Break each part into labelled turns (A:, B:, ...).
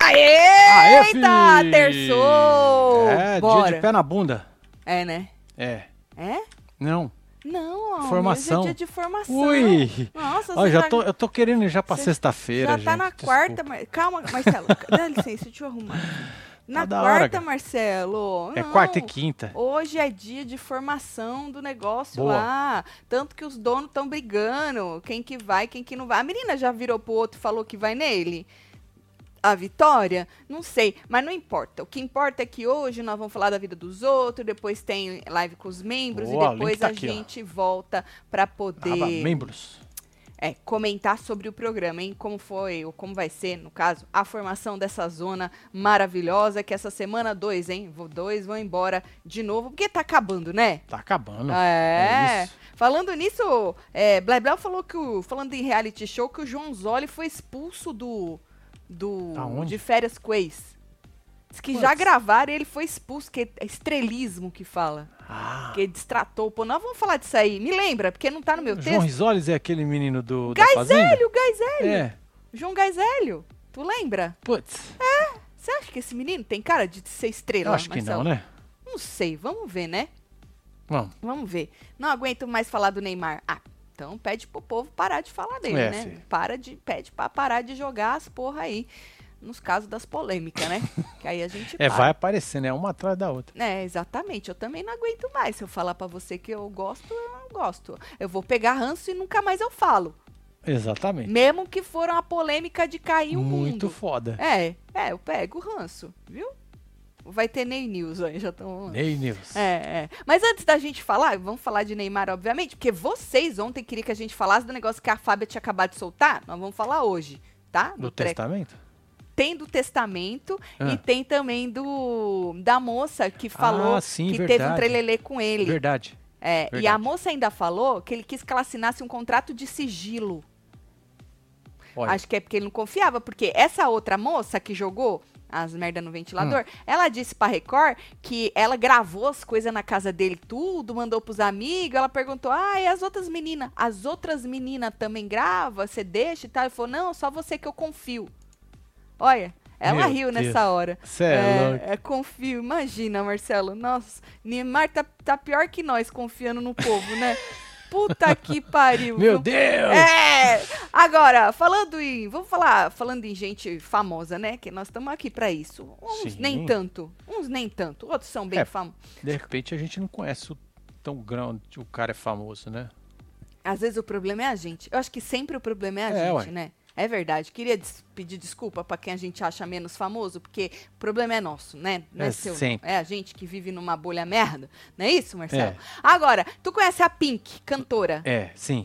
A: Aê, fi!
B: Eita, terçou!
A: É, dia
B: Bora.
A: de pé na bunda.
B: É, né?
A: É.
B: É?
A: Não.
B: Não, Alves,
A: Formação.
B: é dia de formação.
A: Ui!
B: Nossa,
A: Ó,
B: você
A: já
B: tá-
A: tô, eu tô querendo ir já pra
B: Você
A: sexta-feira,
B: já
A: gente.
B: tá na
A: desculpa.
B: quarta, Mar... calma, Marcelo, dá licença, deixa eu arrumar. Na
A: Tá da hora,
B: quarta,
A: cara.
B: Marcelo.
A: É
B: não.
A: quarta e quinta.
B: Hoje é dia de formação do negócio
A: Boa.
B: lá. Tanto que os donos estão brigando. Quem que vai, quem que não vai. A menina já virou pro outro e falou que vai nele? A Vitória? Não sei, mas não importa. O que importa é que hoje nós vamos falar da vida dos outros, depois tem live com os membros e
A: Boa, o link
B: depois
A: tá
B: a
A: aqui, ó.
B: gente volta pra poder
A: Aba, membros.
B: é, comentar sobre o programa, hein? Como foi, ou como vai ser, no caso, a formação dessa zona maravilhosa, que essa semana dois, hein? Vou- Dois vão embora de novo, porque tá acabando, né?
A: Tá acabando.
B: É.
A: É isso.
B: Falando nisso, é, Blebleu falou que o, falando em reality show, que o João Zoli foi expulso do. do
A: Aonde?
B: de férias com ex. Diz que já
A: Putz.
B: gravaram e ele foi expulso, que é estrelismo que fala.
A: Ah.
B: Que destratou. Pô, nós vamos falar disso aí. Me lembra, porque não tá no meu
A: João tá
B: texto.
A: Risoles é aquele menino do da Fazenda?
B: Gaizelho, o Gaizelho.
A: É.
B: João Gaizelho. Tu lembra?
A: Putz.
B: Você acha que esse menino tem cara de ser estrela?
A: Eu acho que
B: Marcelo?
A: não, né?
B: Não sei, vamos ver, né?
A: Vamos.
B: Vamos ver. Não aguento mais falar do Neymar. Ah, então pede pro povo parar de falar dele,
A: É,
B: né?
A: filho.
B: Para de, pede pra parar de jogar as porra aí. Nos casos das polêmicas, né? que aí a gente
A: É,
B: para.
A: vai aparecendo, é uma atrás da outra.
B: É, exatamente. Eu também não aguento mais. Se eu falar pra você que eu gosto, eu não gosto. Eu vou pegar ranço e nunca mais eu falo.
A: Exatamente.
B: Mesmo que for uma polêmica de cair o mundo.
A: Muito foda.
B: É, é, eu pego o ranço, viu? Vai ter Ney News aí, já estão.
A: Ney News.
B: um É, é. Mas antes da gente falar, vamos falar de Neymar, obviamente, porque vocês ontem queriam que a gente falasse do negócio que a Fábia tinha acabado de soltar. Nós vamos falar hoje, tá?
A: Do
B: tre-
A: testamento?
B: Tem do testamento
A: Ah.
B: e tem também do da moça que falou
A: Ah, sim,
B: que teve um
A: verdade.
B: trelelê com ele.
A: Verdade.
B: É, e a
A: verdade.
B: moça ainda falou que ele quis que ela assinasse um contrato de sigilo.
A: Olha,
B: Acho que é porque ele não confiava, porque essa outra moça que jogou as merda no ventilador,
A: Ah.
B: ela disse pra Record que ela gravou as coisas na casa dele tudo, mandou pros amigos, ela perguntou, ah, e as outras meninas? As outras meninas também gravam? Você deixa e tal? Ele falou, não, só você que eu confio. Olha, ela
A: Meu
B: riu
A: Deus.
B: nessa hora.
A: cê é, louco.
B: é, confio, imagina, Marcelo. Nossa, Neymar tá, tá pior que nós confiando no povo, né? Puta que pariu.
A: Meu
B: viu?
A: Deus!
B: É! Agora, falando em. Vamos falar falando em gente famosa, né? Que nós estamos aqui pra isso. Uns
A: Sim.
B: nem tanto. Uns nem tanto. Outros são bem
A: É.
B: famosos.
A: De repente a gente não conhece o tão grande o cara é famoso, né?
B: Às vezes o problema é a gente. Eu acho que sempre o problema é a
A: É,
B: gente,
A: ué.
B: né? É verdade. Queria des- pedir desculpa pra quem a gente acha menos famoso, porque o problema é nosso, né? Não
A: É sempre.
B: É a gente que vive numa bolha merda. Não é isso, Marcelo?
A: É.
B: Agora, tu conhece a Pink, cantora?
A: É, sim.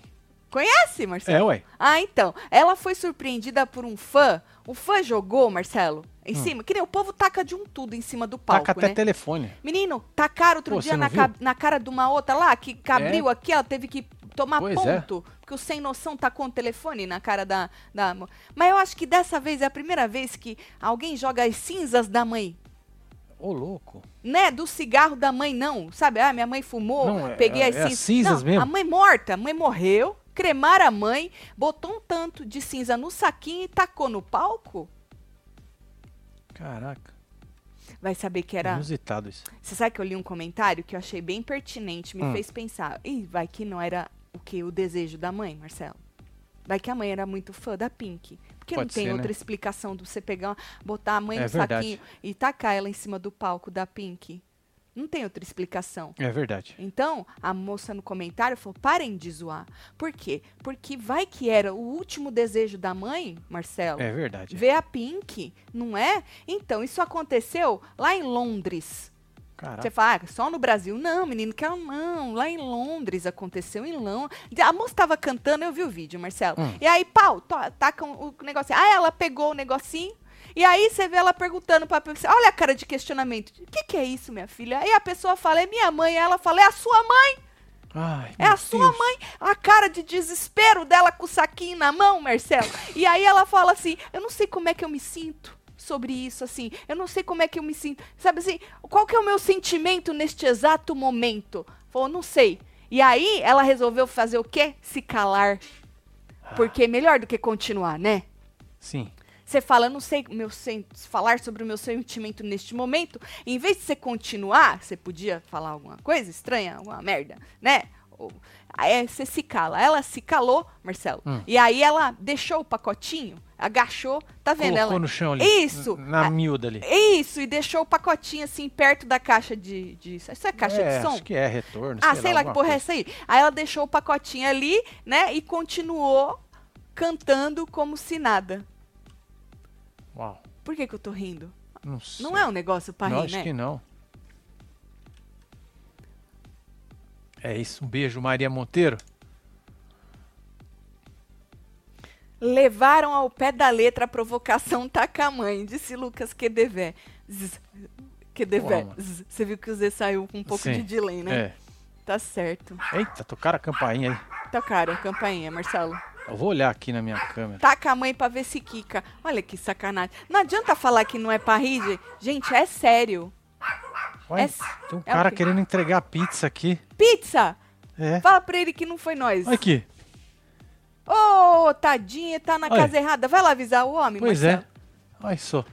B: Conhece, Marcelo?
A: É, ué.
B: Ah, então. Ela foi surpreendida por um fã. O fã jogou, Marcelo, em cima. Que nem o povo taca de um tudo em cima do palco,
A: Hum. Taca Tá até
B: né?
A: telefone.
B: Menino, tacaram outro
A: Pô,
B: dia
A: você não É?
B: na, ca- na cara de uma outra lá, que cabriu aqui, ela teve que tomar
A: Pois é.
B: ponto. Porque o sem noção tacou um telefone na cara da, da... mo- Mas eu acho que dessa vez é a primeira vez que alguém joga as cinzas da mãe.
A: Ô, louco.
B: Né? Do cigarro da mãe, não. Sabe? Ah, minha mãe fumou,
A: Não, é-
B: peguei
A: é-
B: as
A: é
B: cinzas.
A: as cinzas
B: Não,
A: mesmo.
B: A mãe morta, a mãe morreu, cremaram a mãe, botou um tanto de cinza no saquinho e tacou no palco.
A: Caraca.
B: Vai saber que era.
A: Inusitado isso.
B: Você sabe que eu li um comentário que eu achei bem pertinente, me
A: Hum.
B: fez pensar. Ih, vai que não era o que? O desejo da mãe, Marcelo? Vai que a mãe era muito fã da Pink. Porque não
A: Pode
B: tem
A: ser, né?
B: outra explicação do você pegar, botar a mãe
A: É
B: no
A: verdade.
B: saquinho e tacar ela em cima do palco da Pink. Não tem outra explicação.
A: É verdade.
B: Então, a moça no comentário falou: parem de zoar. Por quê? Porque vai que era o último desejo da mãe, Marcelo,
A: É verdade.
B: ver a Pink, não é? Então, isso aconteceu lá em Londres. Você
A: Caraca.
B: fala, ah, só no Brasil. Não, menino, que não. Lá em Londres aconteceu em Londres. A moça tava cantando, eu vi o vídeo, Marcelo.
A: Hum.
B: E aí, pau, to- tacam o negocinho. Ah, ela pegou o negocinho. E aí você vê ela perguntando pra pessoa, olha a cara de questionamento. O que, que é isso, minha filha? Aí a pessoa fala, é minha mãe. Aí ela fala, é a sua mãe.
A: Ai,
B: É
A: meu
B: a sua
A: Deus.
B: mãe, a cara de desespero dela com o saquinho na mão, Marcelo. E aí ela fala assim: eu não sei como é que eu me sinto sobre isso, assim. Eu não sei como é que eu me sinto. Sabe assim, qual que é o meu sentimento neste exato momento? Falou, não sei. E aí ela resolveu fazer o quê? Se calar. Porque é melhor do que continuar, né?
A: Sim.
B: Você fala, eu não sei meu sen- falar sobre o meu sentimento neste momento. Em vez de você continuar, você podia falar alguma coisa estranha, alguma merda, né? Ou, aí é, você se cala. Ela se calou, Marcelo.
A: Hum.
B: E aí ela deixou o pacotinho, agachou, tá vendo?
A: Colocou
B: ela
A: no chão ali.
B: Isso!
A: Na
B: Ah.
A: miúda ali.
B: Isso, e deixou o pacotinho assim perto da caixa de. de isso é caixa
A: é,
B: de som?
A: Acho que é retorno.
B: Ah, sei lá que
A: alguma
B: porra é
A: coisa.
B: essa aí. Aí ela deixou o pacotinho ali, né? E continuou cantando como se nada.
A: Uau.
B: Por que, que eu tô rindo?
A: Não sei.
B: Não é um negócio pra
A: Não,
B: rir,
A: acho
B: né?
A: que não. É isso. Um beijo, Maria Monteiro.
B: Levaram ao pé da letra a provocação Takamãe, disse Lucas Quedevé. Zzz, Quedevé.
A: Uau.
B: zzz. Você viu que o Z saiu com um pouco
A: Sim,
B: de delay, né? Tá certo.
A: É. Eita, tocaram a campainha aí.
B: Tocaram a campainha, Marcelo.
A: Eu vou olhar aqui na minha câmera.
B: Taca a mãe pra ver se quica. Olha que sacanagem. Não adianta falar que não é pra rir, gente. gente. é sério.
A: Olha,
B: É-
A: tem um
B: é o
A: cara
B: quê?
A: querendo entregar pizza aqui.
B: Pizza!
A: É.
B: Fala pra ele que não foi nós.
A: Olha aqui.
B: Ô, tadinha, tá na
A: Olha.
B: casa errada. Vai lá avisar o homem,
A: Pois
B: Marcelo.
A: é. Olha só.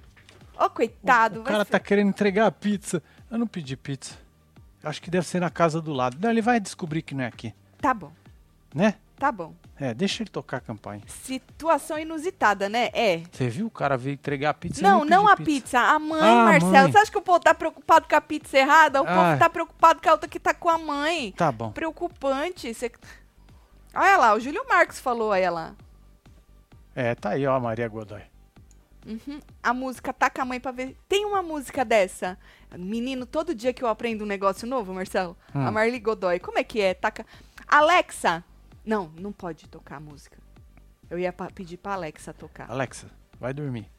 B: Ô, coitado.
A: o
B: vai
A: cara
B: se-
A: tá querendo entregar a pizza. Eu não pedi pizza. Acho que deve ser na casa do lado. Não, ele vai descobrir que não é aqui,
B: Tá bom,
A: né?
B: tá bom.
A: É, deixa ele tocar a campainha.
B: Situação inusitada, né? É.
A: Você viu o cara veio entregar a pizza? e
B: Não,
A: pediu
B: não a
A: pizza.
B: pizza, a mãe,
A: Ah, a
B: Marcelo.
A: mãe.
B: Você acha que o povo tá preocupado com a pizza errada? O
A: Ah.
B: povo tá preocupado com a outra que tá com a mãe.
A: Tá bom.
B: Preocupante. Você... Olha lá, o Júlio Marcos falou, olha lá.
A: É, tá aí, ó, a Maria Godoy.
B: a música Taca a Mãe pra ver. Tem uma música dessa. Menino, todo dia que eu aprendo um negócio novo, Marcelo.
A: Hum.
B: A Marli Godoy. Como é que é? Taca. Alexa! Não, não pode tocar a música. Eu ia pa- pedir pra Alexa tocar.
A: Alexa, vai dormir.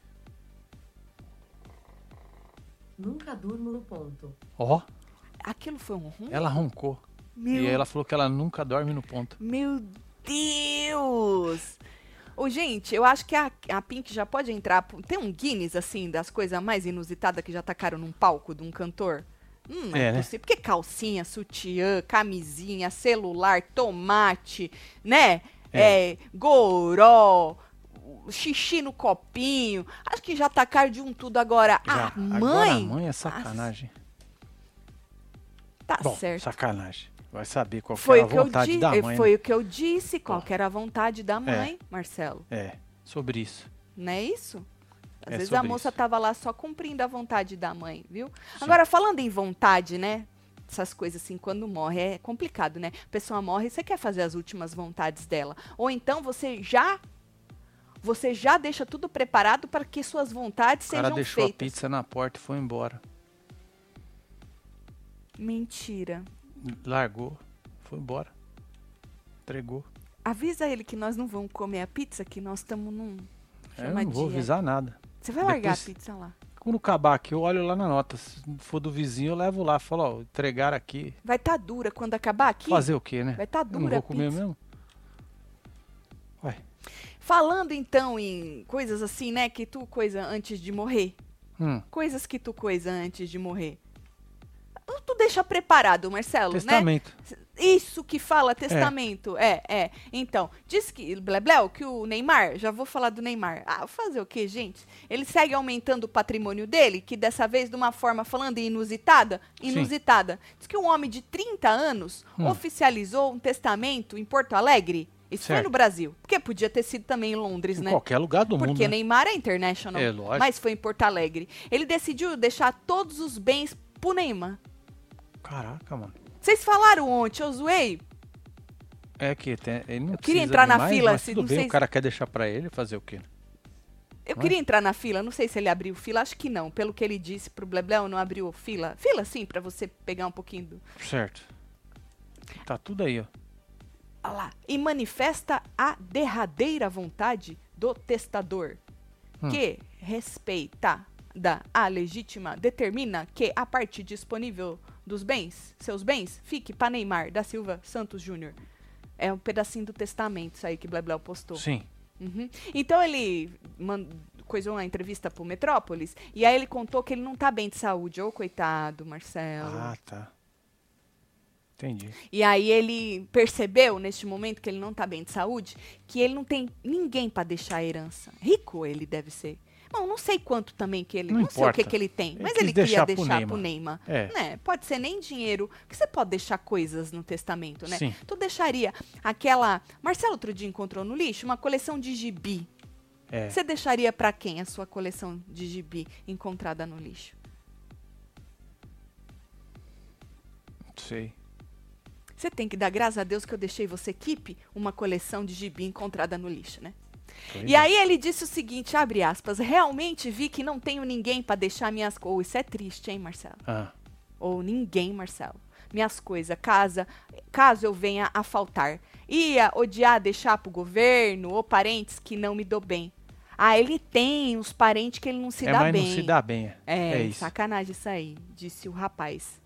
C: Nunca durmo no ponto.
A: Ó,
B: Aquilo foi um rum?
A: ela roncou.
B: Meu,
A: E ela falou que ela nunca dorme no ponto.
B: meu Deus! Ô, gente, eu acho que a, a Pink já pode entrar. pro- Tem um Guinness, assim, das coisas mais inusitadas que já tacaram num palco de um cantor? Hum, não
A: É,
B: é,
A: né?
B: possível. Porque calcinha, sutiã, camisinha, celular, tomate, né? É. goró, xixi no copinho. Acho que já tacaram de um tudo agora.
A: Já.
B: A mãe? Ah,
A: Agora a mãe é sacanagem.
B: Tá
A: bom,
B: certo.
A: sacanagem. Vai saber qual
B: Foi
A: que
B: o, que
A: era a
B: eu
A: vontade
B: di-
A: da
B: eh,
A: mãe. né?
B: foi o que eu disse, qual que era a vontade da
A: É.
B: mãe, Marcelo.
A: né? É, sobre isso.
B: Não é isso? Às
A: É
B: vezes a
A: sobre
B: moça
A: isso.
B: tava lá só cumprindo a vontade da mãe, viu?
A: Sim.
B: Agora, falando em vontade, né? Essas coisas assim, quando morre, é complicado, né? A pessoa morre e você quer fazer as últimas vontades dela. Ou então você já. Você já deixa tudo preparado para que suas vontades
A: O cara
B: sejam
A: deixou a
B: feitas.
A: pizza na porta e foi embora.
B: Mentira.
A: Largou, foi embora. Entregou.
B: Avisa ele que nós não vamos comer a pizza, que nós estamos num.
A: É, Eu não vou
B: chamadinha.
A: avisar nada.
B: Você vai largar
A: Depois-
B: a pizza lá.
A: Quando acabar aqui, eu olho lá na nota. Se for do vizinho, eu levo lá. Falo, ó, entregar aqui.
B: Vai estar dura quando acabar aqui?
A: Fazer o quê, né?
B: Vai estar
A: Eu
B: dura
A: não
B: a
A: vou
B: pizza.
A: comer mesmo? Ué,
B: Falando então em coisas assim, né, que tu coisa antes de morrer.
A: hum,
B: Coisas que tu coisa antes de morrer. Tu deixa preparado, Marcelo, né?
A: testamento.
B: Isso que fala testamento. É, é. Então, diz que, Blebleu, que o Neymar, já vou falar do Neymar. Ah, fazer o quê, gente? Ele segue aumentando o patrimônio dele, que dessa vez de uma forma, falando em inusitada,
A: Sim.
B: inusitada. Diz que um homem de 30 anos
A: Hum.
B: oficializou um testamento em Porto Alegre. Isso foi
A: Certo.
B: no Brasil. Porque podia ter sido também em Londres,
A: Em
B: né?
A: qualquer lugar do mundo.
B: Porque
A: né?
B: Neymar é international.
A: É, lógico.
B: Mas foi em Porto Alegre. Ele decidiu deixar todos os bens pro Neymar.
A: Caraca, mano.
B: Vocês falaram ontem, eu zoei.
A: É que tem, ele não
B: Eu queria
A: precisa
B: entrar na
A: mais,
B: fila,
A: mas
B: se-
A: tudo
B: não
A: bem,
B: sei
A: o
B: se-
A: cara quer deixar pra ele fazer o quê?
B: Eu
A: Ué?
B: queria entrar na fila, não sei se ele abriu fila, acho que não. Pelo que ele disse pro Blebleu, não abriu fila. Fila sim, pra você pegar um pouquinho do.
A: Certo. Tá tudo aí, ó.
B: Olha lá. E manifesta a derradeira vontade do testador,
A: Hum.
B: que respeita da a legítima determina que a parte disponível dos bens, seus bens, fique para Neymar da Silva Santos Júnior. É um pedacinho do testamento isso aí que Blebleu postou.
A: Sim.
B: Uhum. Então ele man- coisou uma entrevista pro Metrópolis e aí ele É contou que ele não tá bem de saúde. Ô, coitado, Marcelo.
A: Ah, tá. Ah, Entendi.
B: E aí ele percebeu, neste momento, que ele não tá bem de saúde, que ele não tem ninguém pra deixar a herança. Rico ele deve ser. Bom, não sei quanto também que ele.
A: Não
B: Não, sei o que,
A: importa.
B: que ele tem.
A: Ele
B: Mas
A: quis
B: ele queria
A: deixar pro
B: deixar
A: Neymar.
B: pro Neymar.
A: É.
B: Né? Pode ser nem dinheiro. Porque você pode deixar coisas no testamento, né?
A: Sim.
B: Tu deixaria aquela. Marcelo outro dia encontrou no lixo uma coleção de gibi.
A: É.
B: Você deixaria pra quem a sua coleção de gibi encontrada no lixo?
A: Não sei.
B: Você tem que dar graças a Deus que eu deixei você keep uma coleção de gibi encontrada no lixo, né?
A: Pois
B: E
A: é.
B: aí ele disse o seguinte, abre aspas, realmente vi que não tenho ninguém pra deixar minhas coisas. Isso é triste, hein, Marcelo?
A: Ah,
B: Ou ninguém, Marcelo. Minhas coisas, casa, caso eu venha a faltar. Ia odiar deixar pro governo ou parentes que não me dou bem. Ah, ele tem os parentes que ele não se
A: é,
B: dá
A: mas
B: bem.
A: não se dá bem. É,
B: É,
A: É isso.
B: sacanagem isso aí, disse o rapaz.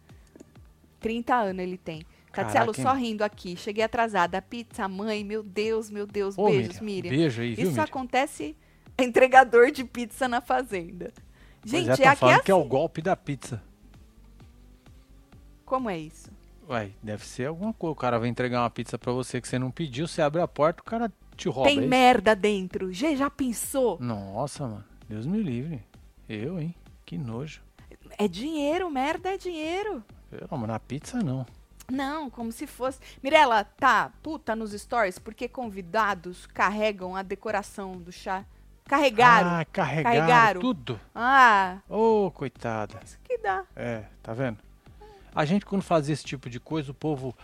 B: 30 anos ele tem.
A: Caraca,
B: Tatielo
A: hein?
B: só rindo aqui. Cheguei atrasada. Pizza, mãe, meu Deus, meu Deus.
A: Ô,
B: beijos, Miriam.
A: Miriam, Beijo aí, viu,
B: Isso
A: Miriam?
B: acontece entregador de pizza na fazenda. Gente,
A: Pois é,
B: é
A: tão
B: aqui
A: falando
B: assim.
A: que é o golpe da pizza.
B: Como é isso?
A: Ué, deve ser alguma coisa. O cara vai entregar uma pizza pra você que você não pediu, você abre a porta, o cara te rouba.
B: Tem
A: é isso?
B: merda dentro. Gê, já pensou?
A: Nossa, mano. Deus me livre. Eu, hein? Que nojo.
B: É dinheiro, merda é dinheiro.
A: Eu, Não, mas na pizza não.
B: Não, como se fosse. Mirela, tá puta nos stories porque convidados carregam a decoração do chá. Carregaram.
A: Ah, carregaram,
B: Carregaram.
A: tudo.
B: ah
A: Ô, coitada.
B: Isso que dá.
A: É, tá vendo? A gente, quando fazia esse tipo de coisa, o povo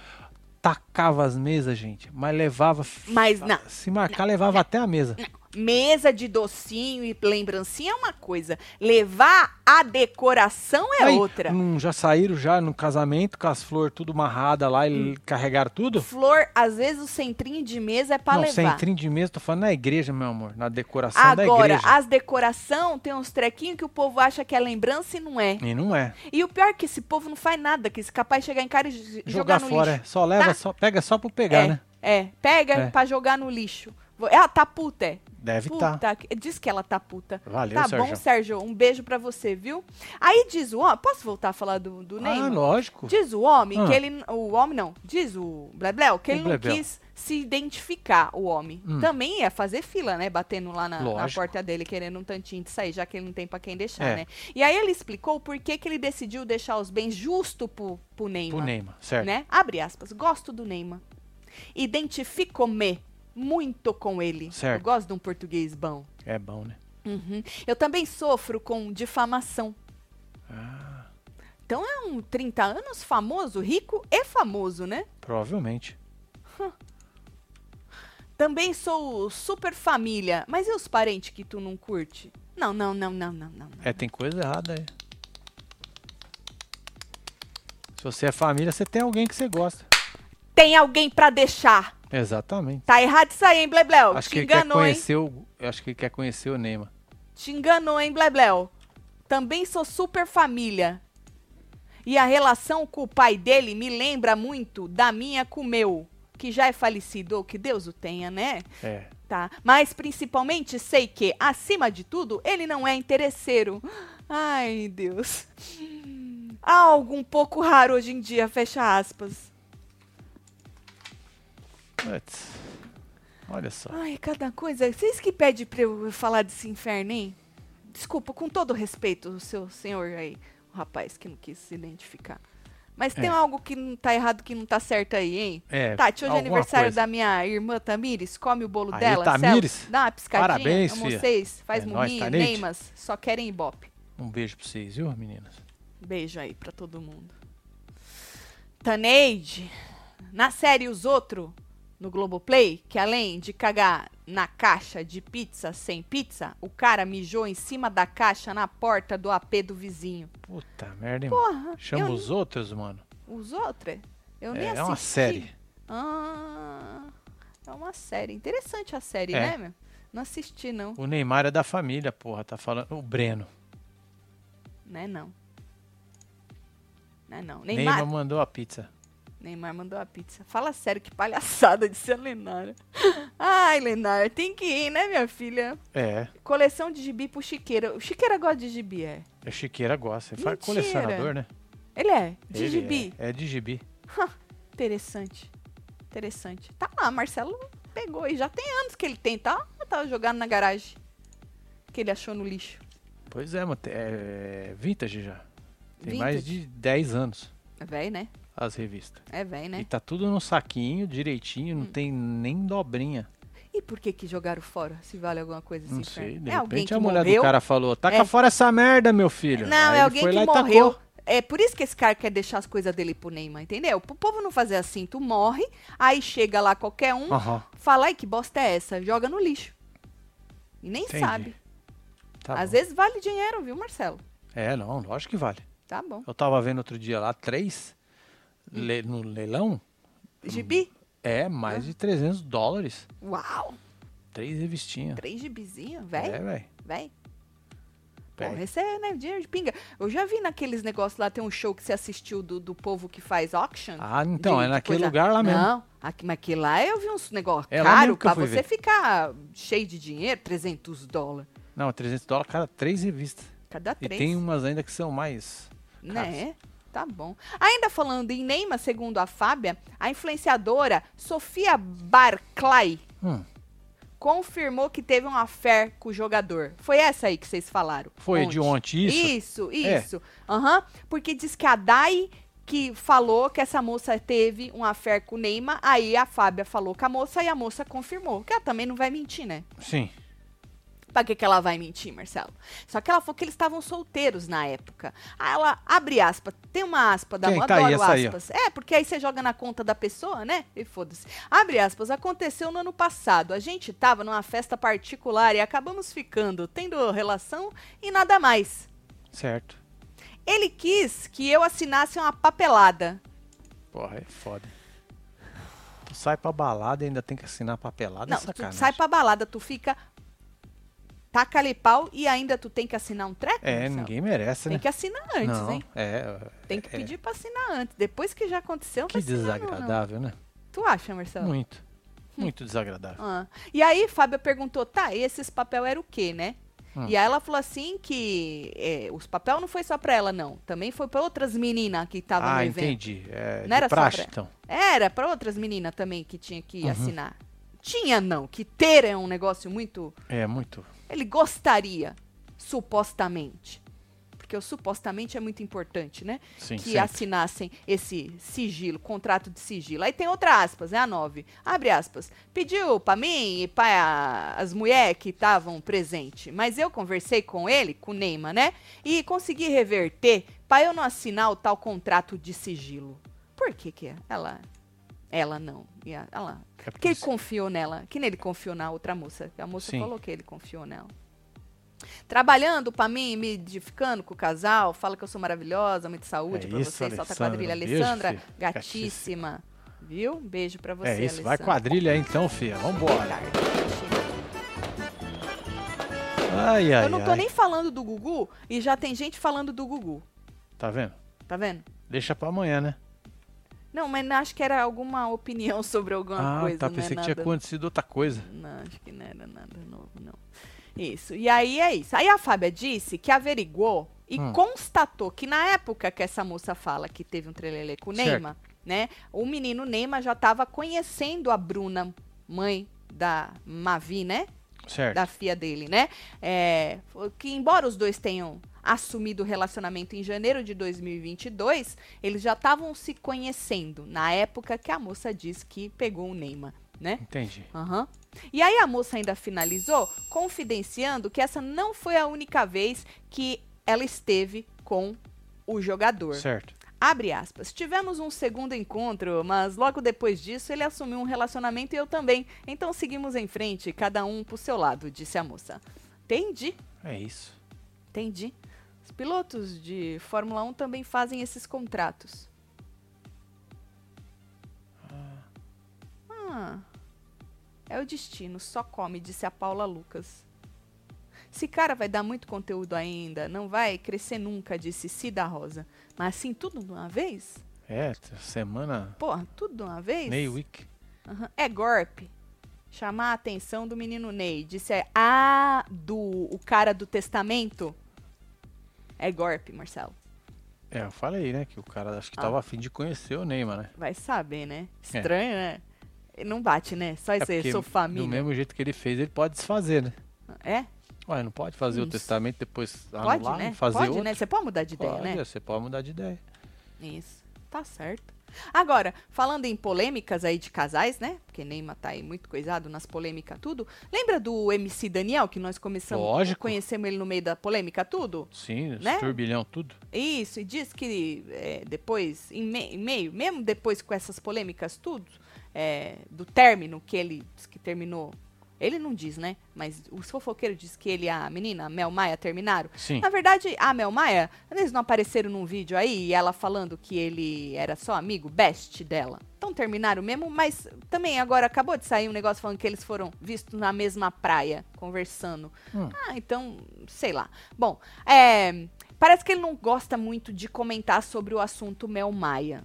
A: tacava as mesas, gente, mas levava.
B: Mas não.
A: Se marcar, levava até a mesa.
B: Mesa de docinho e lembrancinha é uma coisa. Levar a decoração é
A: Aí,
B: outra.
A: não, já saíram já no casamento com as flores tudo amarrada lá
B: Hum.
A: e carregaram tudo?
B: Flor, às vezes o centrinho de mesa é pra
A: não,
B: levar.
A: centrinho de mesa, tô falando na igreja, meu amor. Na decoração da
B: Agora,
A: igreja.
B: as decoração tem uns trequinhos que o povo acha que é lembrança e não é.
A: E não é.
B: E o pior é que esse povo não faz nada, que esse capaz de chegar em casa e j- jogar,
A: Jogar,
B: no
A: fora.
B: lixo.
A: é. Só leva,
B: Tá.
A: só, pega só pra pegar,
B: é,
A: né?
B: é, pega
A: É.
B: pra jogar no lixo. Vo- Ela tá puta, é.
A: Deve
B: Puta,
A: estar.
B: que- diz que ela tá puta.
A: Valeu,
B: tá
A: Sérgio.
B: bom, Sérgio, um beijo pra você, viu? Aí diz o homem, posso voltar a falar do, do
A: ah,
B: Neymar?
A: lógico.
B: Diz o homem
A: Ah.
B: que ele. O homem não. Diz o Blebleu que
A: O
B: ele não
A: Blebleu.
B: quis se identificar, o homem.
A: Hum.
B: Também ia fazer fila, né? Batendo lá na, na
A: Lógico.
B: porta dele, querendo um tantinho de sair, já que ele não tem pra quem deixar,
A: É.
B: né? E aí ele explicou por que, que ele decidiu deixar os bens justo pro, pro Neymar.
A: Pro Neymar, certo.
B: Né? Abre aspas. Gosto do Neymar. Identifico-me muito com ele.
A: Certo.
B: Eu gosto de um português bom.
A: É bom, né?
B: Uhum. Eu também sofro com difamação.
A: Ah.
B: Então é um 30 anos famoso, rico e famoso, né?
A: Provavelmente.
B: Também sou super família, mas e os parentes que tu não curte? Não, não, não, não, não, não. não.
A: É, tem coisa errada aí. Se você é família, você tem alguém que você gosta.
B: Tem alguém pra deixar.
A: Exatamente.
B: Tá errado isso aí, hein, Blebleu?
A: acho
B: Te
A: que ele quer
B: enganou, hein?
A: conhecer o. eu Acho que ele quer conhecer o Neymar.
B: Te enganou, hein, Blebleu? Também sou super família. E a relação com o pai dele me lembra muito da minha com o meu, que já é falecido, ou que Deus o tenha, né?
A: É.
B: Tá. Mas principalmente sei que, acima de tudo, ele não é interesseiro. Ai, Deus. Algo um pouco raro hoje em dia, fecha aspas.
A: Putz. Olha só.
B: Ai, cada coisa. Vocês que pedem pra eu falar desse inferno, hein? Desculpa, com todo respeito, o seu senhor aí, o rapaz que não quis se identificar. Mas tem
A: É.
B: algo que não tá errado, que não tá certo aí, hein?
A: É,
B: Tati, hoje é
A: alguma
B: aniversário
A: coisa.
B: da minha irmã Tamires. Come o bolo
A: Aí,
B: dela.
A: Tamires.
B: Celso, Dá uma piscadinha.
A: Parabéns,
B: amo
A: fia.
B: vocês. Faz
A: É nóis,
B: murrinho,
A: Tanite.
B: neimas. Só querem ibope.
A: Um beijo pra vocês, viu, meninas?
B: Beijo aí pra todo mundo. Taneide, na série Os Outro, no Globoplay, que além de cagar na caixa de pizza sem pizza, o cara mijou em cima da caixa na porta do AP do vizinho.
A: Puta merda, hein? mano?
B: Porra,
A: Chama
B: eu-
A: os outros, mano.
B: Os Outro? Eu nem
A: É, é uma
B: assisti.
A: série.
B: Ah, é uma série. Interessante a série,
A: É.
B: né, meu? Não assisti, não.
A: O Neymar é da família, porra. Tá falando. O Breno.
B: Né, não. Né, não.
A: Neymar,
B: Neymar, Neymar...
A: mandou a pizza.
B: mandou a pizza. Fala sério, que palhaçada de ser Lenara. Ai, Lenara, tem que ir, né, minha filha?
A: É.
B: Coleção de gibi pro Chiqueira. O Chiqueira gosta de gibi, é?
A: O Chiqueira gosta. Ele faz
B: Mentira.
A: colecionador, né?
B: Ele é, de
A: Ele
B: gibi.
A: É, é de gibi.
B: Interessante. Interessante. Tá lá, Marcelo pegou e já tem anos que ele tem, tá? Tá jogando na garagem. Que ele achou no lixo.
A: Pois é, mano, te- é vintage já. Tem mais
B: Vintage.
A: de 10 anos
B: É velho, né?
A: as revistas.
B: É velho,
A: E
B: né? Hum.
A: tá tudo no saquinho, direitinho, não tem nem dobrinha.
B: E por que que jogaram fora? Se vale alguma coisa assim,
A: Não
B: Fran?
A: sei, de
B: é alguém
A: repente
B: que
A: a mulher
B: morreu.
A: do cara falou, taca
B: É.
A: fora essa merda, meu filho.
B: Não, é
A: Aí ele
B: alguém
A: foi lá
B: que
A: e tacou.
B: morreu. É por isso que esse cara quer deixar as coisas dele pro Neymar, entendeu? Pro povo não fazer assim, tu morre, aí chega lá qualquer um,
A: Aham, tá
B: fala, ai, que bosta é essa? Joga no lixo. E nem
A: Entendi.
B: sabe.
A: tá
B: Hum? Às
A: bom.
B: vezes vale dinheiro, viu, Marcelo?
A: É, não, lógico que vale.
B: Tá bom.
A: Eu tava vendo outro dia lá, três
B: Hum.
A: le- no leilão, Hum.
B: Gibi?
A: é
B: Hum.
A: mais de 300 dólares.
B: Uau!
A: Três revistinhas.
B: Três gibizinhos,
A: É,
B: velho?
A: velho.
B: Véi.
A: Véi.
B: Porra, esse é né, dinheiro de pinga. Eu já vi naqueles negócios lá, tem um show que você assistiu do, do povo que faz auction.
A: Ah, então,
B: de-
A: é
B: de
A: naquele
B: coisa-
A: lugar lá mesmo.
B: Não, aqui, mas que lá eu vi uns negócios
A: É lá
B: caros
A: mesmo que eu
B: pra
A: fui
B: você
A: ver.
B: ficar cheio de dinheiro, 300 dólares.
A: Não, 300 dólares, cara, três revistas.
B: Cada
A: E
B: três.
A: tem um umas ainda que são mais.
B: Né? Tá bom. Ainda falando em Neymar, segundo a Fábia, a influenciadora Sofia Barclay
A: Hum.
B: confirmou que teve uma fé com o jogador. Foi essa aí que vocês falaram?
A: Foi de ontem isso? É.
B: Isso, isso. Aham. Porque diz que a Dai que falou que essa moça teve um affair com o Neymar, aí a Fábia falou com a moça e a moça confirmou. Que ela também não vai mentir, né?
A: Sim.
B: Pra que, que ela vai mentir, Marcelo? Só que ela falou que eles estavam solteiros na época. Aí ela abre aspas. Tem uma aspa da
A: Quem
B: eu
A: tá aí?
B: adoro
A: Essa aí, ó.
B: aspas. é, porque aí você joga na conta da pessoa, né? E foda-se. Abre aspas. Aconteceu no ano passado. A gente tava numa festa particular e acabamos ficando, tendo relação e nada mais.
A: Certo.
B: Ele quis que eu assinasse uma papelada.
A: Porra, é foda. Tu sai pra balada e ainda tem que assinar papelada, é
B: Não, tu
A: sacanagem.
B: sai pra balada, tu fica. Taca ali pau e ainda tu tem que assinar um treco?
A: É,
B: Marcelo?
A: ninguém merece,
B: Tem
A: né?
B: que assinar antes,
A: não,
B: hein?
A: É,
B: Tem que pedir pra assinar antes. Depois que já aconteceu,
A: que
B: vai assinar, não, não. Tá.
A: desagradável, né?
B: Tu acha, Marcelo?
A: Muito. Muito desagradável.
B: Ah. E aí, Fábio perguntou, tá, e esses papel era o quê, né?
A: Hum.
B: E aí ela falou assim que é, os papel não foi só pra ela, não. Também foi pra outras meninas que estavam no
A: ah,
B: evento.
A: entendi. É,
B: Não
A: de
B: era só
A: praxe,
B: pra-
A: então.
B: Era pra outras meninas também que tinha que
A: Uhum.
B: assinar. Tinha não, que ter é um negócio muito...
A: É, muito.
B: Ele gostaria, supostamente. Porque o supostamente é muito importante, né?
A: Sim,
B: que
A: sempre.
B: assinassem esse sigilo, contrato de sigilo. Aí tem outra aspas, é a 9. Abre aspas. Pediu pra mim e para as mulheres que estavam presentes, mas eu conversei com ele, com o Neymar, né? E consegui reverter pra eu não assinar o tal contrato de sigilo. Por que que é? ela ela não? E a- ela
A: É por
B: porque ele
A: isso.
B: confiou nela. Que nem ele confiou na outra moça. A moça
A: Sim.
B: falou que ele confiou nela. Trabalhando pra mim, me edificando com o casal, fala que eu sou maravilhosa, muito saúde
A: É
B: pra
A: isso,
B: vocês, solta a
A: Alessandra,
B: quadrilha.
A: um beijo,
B: Alessandra,
A: filha.
B: gatíssima. Viu? Um beijo pra você,
A: é isso, vai
B: Alessandra.
A: quadrilha aí então, filha. Vambora. Ai, ai,
B: Eu não tô
A: ai.
B: nem falando do Gugu e já tem gente falando do Gugu.
A: Tá vendo?
B: Tá vendo?
A: Deixa pra amanhã, né?
B: Não, mas acho que era alguma opinião sobre alguma
A: ah,
B: coisa.
A: tá.
B: não é
A: Pensei que tinha
B: nada.
A: acontecido outra coisa.
B: Não, acho que não era nada novo, não. Isso. E aí é isso. Aí a Fábia disse que averigou e
A: Hum.
B: constatou que na época que essa moça fala que teve um trelelê com o
A: Certo.
B: Neymar, né? O menino Neymar já estava conhecendo a Bruna, mãe da Mavi, né?
A: Certo.
B: da filha dele, né? É, foi que embora os dois tenham assumido o relacionamento em janeiro de 2022, eles já estavam se conhecendo na época que a moça diz que pegou o Neymar, né?
A: Entendi.
B: Aham. E aí a moça ainda finalizou confidenciando que essa não foi a única vez que ela esteve com o jogador.
A: Certo.
B: Abre aspas. Tivemos um segundo encontro, mas logo depois disso ele assumiu um relacionamento e eu também. Então seguimos em frente, cada um pro seu lado, disse a moça. Entendi,
A: É isso.
B: entendi. Os pilotos de Fórmula 1 também fazem esses contratos. Ah. É o destino, só come, disse a Paula Lucas. Esse cara vai dar muito conteúdo ainda, não vai crescer nunca, disse Cida Rosa. Mas assim, tudo de uma vez?
A: É, t- semana.
B: Porra, tudo de uma vez?
A: Meio week.
B: Aham. É golpe. Chamar a atenção do menino Ney. Disse é, ah, do o cara do testamento. É golpe, Marcelo.
A: É, eu falei, né? Que o cara acho que tava
B: Ah.
A: afim de conhecer o Neymar, né?
B: Vai saber, né? Estranho, né? Não bate, né? Só isso aí,
A: É. porque
B: sou família.
A: Do mesmo jeito que ele fez, ele pode desfazer, né?
B: É?
A: Ué, não pode fazer
B: Isso.
A: o testamento depois anular
B: Pode, né?
A: e tá fazer
B: pode,
A: outro?
B: né? Você pode mudar de ideia,
A: Pode, é,
B: né?
A: Você pode mudar de ideia.
B: Isso, tá certo. Agora, falando em polêmicas aí de casais, né? Porque Neymar tá aí muito coisado nas polêmicas, tudo. Lembra do MC Daniel, que nós começamos,
A: Lógico.
B: conhecemos ele no meio da polêmica, tudo?
A: Sim,
B: Né?
A: os turbilhão, tudo.
B: Isso, e diz que é, depois, em, me- em meio, mesmo depois com essas polêmicas, tudo, é, do término que ele diz que terminou. Ele não diz, né? Mas os fofoqueiros diz que ele e a menina, a Mel Maia, terminaram.
A: Sim.
B: Na verdade, a Mel Maia, eles não apareceram num vídeo aí, e ela falando que ele era só amigo, best dela. Então terminaram mesmo, mas também agora acabou de sair um negócio falando que eles foram vistos na mesma praia, conversando.
A: Hum.
B: Ah, então, sei lá. Bom, é, parece que ele não gosta muito de comentar sobre o assunto Mel Maia.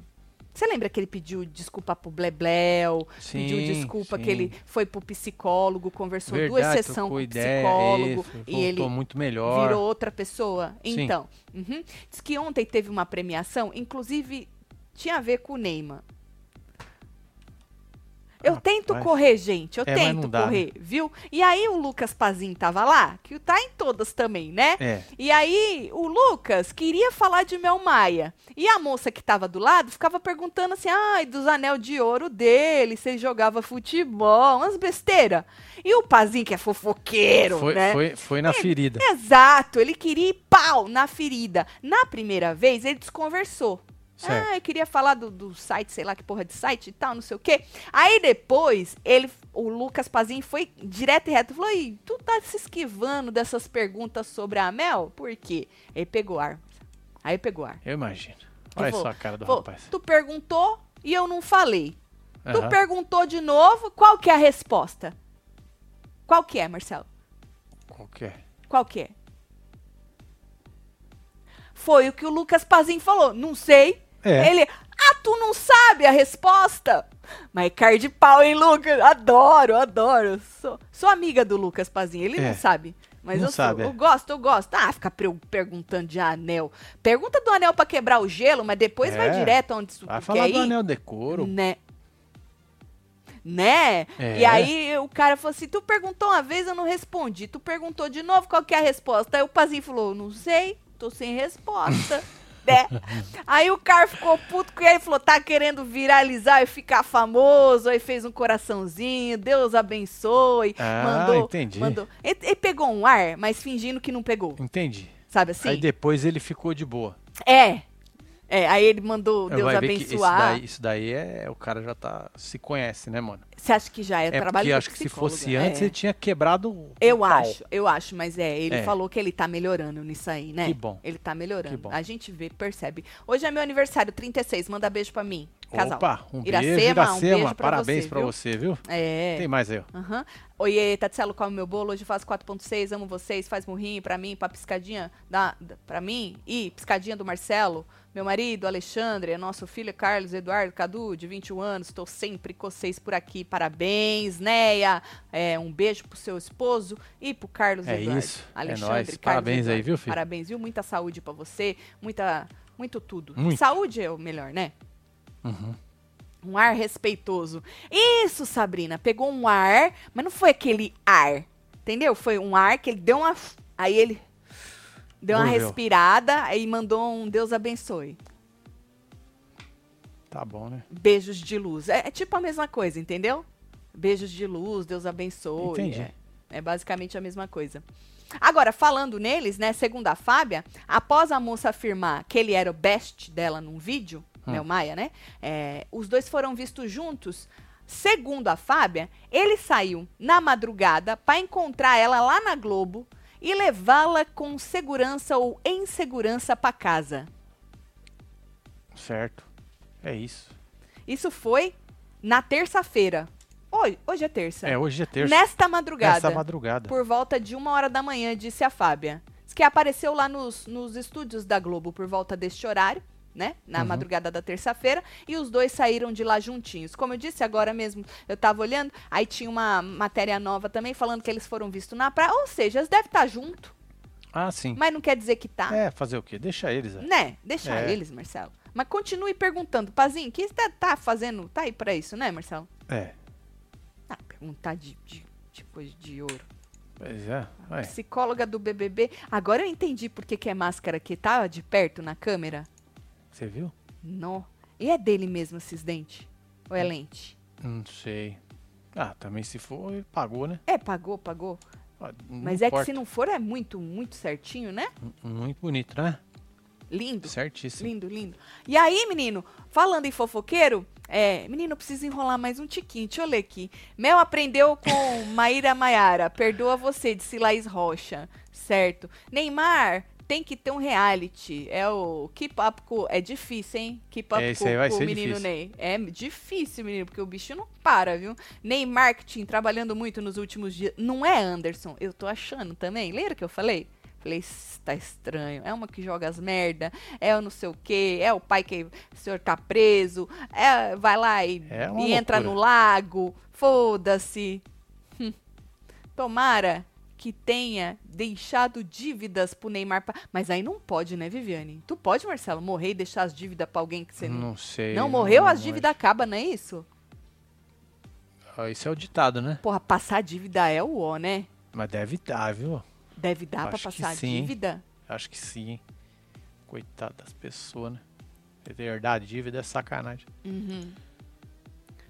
B: Você lembra que ele pediu desculpa pro Blebleu? pediu
A: Sim,
B: desculpa que
A: sim.
B: ele foi pro psicólogo, conversou
A: Verdade,
B: duas sessões com
A: trocou
B: o
A: ideia,
B: psicólogo.
A: isso,
B: e ele
A: voltou muito melhor.
B: Virou outra pessoa?
A: Sim.
B: Então. uhum. Diz que ontem teve uma premiação, inclusive tinha a ver com o Neymar. Eu
A: Rapaz.
B: tento correr, gente. Eu
A: É, mas
B: tento
A: não dá, né?
B: correr, viu? E aí o Lucas Pazin tava lá, que tá em todas também, né?
A: É.
B: E aí o Lucas queria falar de Mel Maia. E a moça que tava do lado ficava perguntando assim: ai, dos anel de ouro dele, se ele jogava futebol, umas besteira. E o Pazin, que é fofoqueiro,
A: Foi,
B: né?
A: foi, foi na ferida.
B: Exato, ele queria ir pau na ferida. Na primeira vez, ele desconversou.
A: Certo.
B: Ah, eu queria falar do, do site, sei lá que porra de site e tal, não sei o quê. Aí depois, ele, o Lucas Pazin foi direto e reto. Falou, Ih, tu tá se esquivando dessas perguntas sobre a Mel? Por quê? Aí pegou ar. Aí pegou ar.
A: Eu imagino. Olha
B: Ah. vou-
A: só a cara do
B: Falou,
A: rapaz.
B: Tu perguntou e eu não falei. Tu
A: Aham.
B: perguntou de novo, qual que é a resposta? Qual que é, Marcelo?
A: Qual que é?
B: Qual que é? Foi o que o Lucas Pazin falou. Não sei.
A: É.
B: Ele, ah, tu não sabe a resposta? Mas card de pau, hein, Lucas? Adoro, adoro. Sou, sou amiga do Lucas Pazin. Ele
A: É.
B: não sabe. Mas
A: Não
B: eu, sou-
A: sabe, é.
B: eu gosto, eu gosto. Ah, fica pre- perguntando de anel. Pergunta do anel pra quebrar o gelo, mas depois vai
A: É.
B: direto onde tu
A: Vai
B: tu
A: falar
B: quer
A: do
B: ir.
A: anel decoro.
B: Né? Né?
A: É.
B: E aí o cara falou assim: tu perguntou uma vez, eu não respondi. Tu perguntou de novo qual que é a resposta. Aí o Pazinho falou: não sei, tô sem resposta. né? Aí o cara ficou puto com ele falou: tá querendo viralizar e ficar famoso. Aí fez um coraçãozinho, Deus abençoe.
A: Ah,
B: mandou.
A: entendi.
B: mandou. Ele, ele pegou um ar, mas fingindo que não pegou.
A: Entendi.
B: Sabe assim?
A: Aí depois ele ficou de boa.
B: É. É, aí ele mandou Deus
A: Vai ver que isso
B: abençoar.
A: daí, isso daí é. O cara já tá. Se conhece, né, mano?
B: Você acha que já é,
A: É
B: trabalho
A: porque
B: do
A: acho que se
B: psicólogo,
A: fosse
B: é.
A: antes ele tinha quebrado o.
B: Eu
A: o pau.
B: acho, eu acho, mas é, ele
A: Então. É.
B: falou que ele tá melhorando nisso aí, né?
A: Que bom.
B: Ele tá melhorando.
A: Que bom.
B: A gente vê, percebe. Hoje é meu aniversário, 36, manda beijo pra mim, casal.
A: Opa, um
B: Iracema,
A: beijo, Iracema.
B: um beijo pra
A: Parabéns
B: você,
A: pra
B: viu?
A: você, viu?
B: É.
A: Tem mais aí, ó.
B: Aham. Oiê, Tatselo, come meu bolo. Hoje eu faço 4.6, amo vocês. Faz murrinho pra mim, pra piscadinha da, da, pra mim. E piscadinha do Marcelo, meu marido, Alexandre, nosso filho Carlos, Eduardo, Cadu, de 21 anos. Estou sempre com vocês por aqui. Parabéns, Neia. É, um beijo pro seu esposo e pro Carlos
A: É
B: Eduardo.
A: isso, é
B: Alexandre,
A: nóis.
B: Carlos
A: Parabéns
B: Eduardo.
A: aí, viu, filho?
B: Parabéns, viu? Muita saúde pra você. Muita, muito tudo.
A: Muito.
B: Saúde é o melhor, né?
A: Uhum.
B: Um ar respeitoso. Isso, Sabrina, pegou um ar, mas não foi aquele ar, entendeu? Foi um ar que ele deu uma. Aí ele deu uma
A: Morreu.
B: respirada aí mandou um Deus abençoe.
A: Tá bom, né?
B: Beijos de luz. É, é tipo a mesma coisa, entendeu? Beijos de luz, Deus abençoe.
A: Entendi.
B: É, é basicamente a mesma coisa. Agora, falando neles, né? Segundo a Fábia, após a moça afirmar que ele era o best dela num vídeo,
A: Hum.
B: Mel Maia, né? é, os dois foram vistos juntos. Segundo a Fábia, ele saiu na madrugada para encontrar ela lá na Globo e levá-la com segurança ou insegurança para casa.
A: Certo. É isso.
B: Isso foi na terça-feira. Hoje, hoje é terça.
A: É, hoje é terça.
B: Nesta madrugada.
A: Nessa madrugada.
B: Por volta de uma hora da manhã, disse a Fábia. Diz que apareceu lá nos, nos estúdios da Globo por volta deste horário, né? Na
A: Uhum.
B: madrugada da terça-feira. E os dois saíram de lá juntinhos. Como eu disse agora mesmo, eu tava olhando. Aí tinha uma matéria nova também falando que eles foram vistos na praia. Ou seja, eles devem estar tá junto.
A: Ah, sim.
B: Mas não quer dizer que tá.
A: É, fazer o quê? Deixa eles. é.
B: Né? Deixa
A: É.
B: eles, Marcelo. Mas continue perguntando. Pazinho, o que você tá, tá fazendo? Tá aí pra isso, né, Marcelo?
A: É.
B: Ah, perguntar de, de, de coisa de ouro.
A: Pois é. Ué.
B: Psicóloga do BBB. Agora eu entendi por que, que é máscara que tá de perto na câmera.
A: Você viu?
B: Nó. E é dele mesmo esses dentes? Ou é
A: Hum.
B: lente?
A: Não sei. Ah, também se for, pagou, né?
B: É, pagou, pagou.
A: Ah, não
B: Mas é que se
A: importa.
B: não for, é muito, muito certinho, né?
A: Muito bonito, né?
B: Lindo.
A: Certíssimo.
B: Lindo, lindo. E aí, menino, falando em fofoqueiro, é, menino, eu preciso enrolar mais um tiquinho. Deixa eu ler aqui. Mel aprendeu com Maíra Maiara. Perdoa você, disse Laís Rocha. Certo. Neymar tem que ter um reality. É o Keep Up com... É difícil, hein? Keep Up
A: É, esse
B: com,
A: aí vai
B: com
A: ser
B: o menino
A: difícil.
B: Ney. É difícil, menino, porque o bicho não para, viu? Ney Marketing trabalhando muito nos últimos dias. Não é, Anderson? Eu tô achando também. Lembra que eu falei? Falei, "Isso tá estranho. É uma que joga as merda, é o não sei o quê, é o pai que o senhor tá preso, é, vai lá e,
A: É uma
B: e entra no
A: loucura.
B: lago, foda-se. Hum. Tomara que tenha deixado dívidas pro Neymar. pa- Mas aí não pode, né, Viviane? Tu pode, Marcelo, morrer e deixar as dívidas pra alguém que você não.
A: Não sei.
B: Não morreu,
A: não
B: as dívidas acabam, não é isso?
A: manjo. Ah, Isso é o ditado, né?
B: Porra, passar dívida é o ó, né?
A: Mas deve dar, viu?
B: Deve dar pra
A: Acho que
B: passar
A: sim, hein?
B: dívida.
A: Acho que sim. hein? Coitado das pessoas, né? Herdar dívida é sacanagem.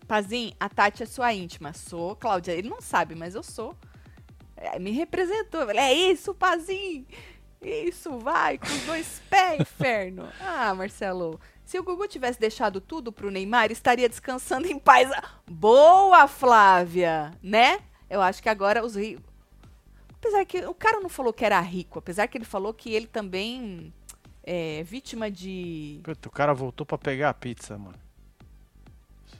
B: Pazim, a Tati é sua íntima. Sou, Cláudia. Ele não sabe, mas eu sou. É, me representou. Eu falei, É isso, Pazim! Isso, vai, com os dois pés, inferno. Ah, Marcelo, se o Gugu tivesse deixado tudo pro Neymar, estaria descansando em paz. Boa, Flávia! Né? Eu acho que agora os ricos. Apesar que o cara não falou que era rico, apesar que ele falou que ele também é vítima de.
A: Puta, o cara voltou pra pegar a pizza, mano.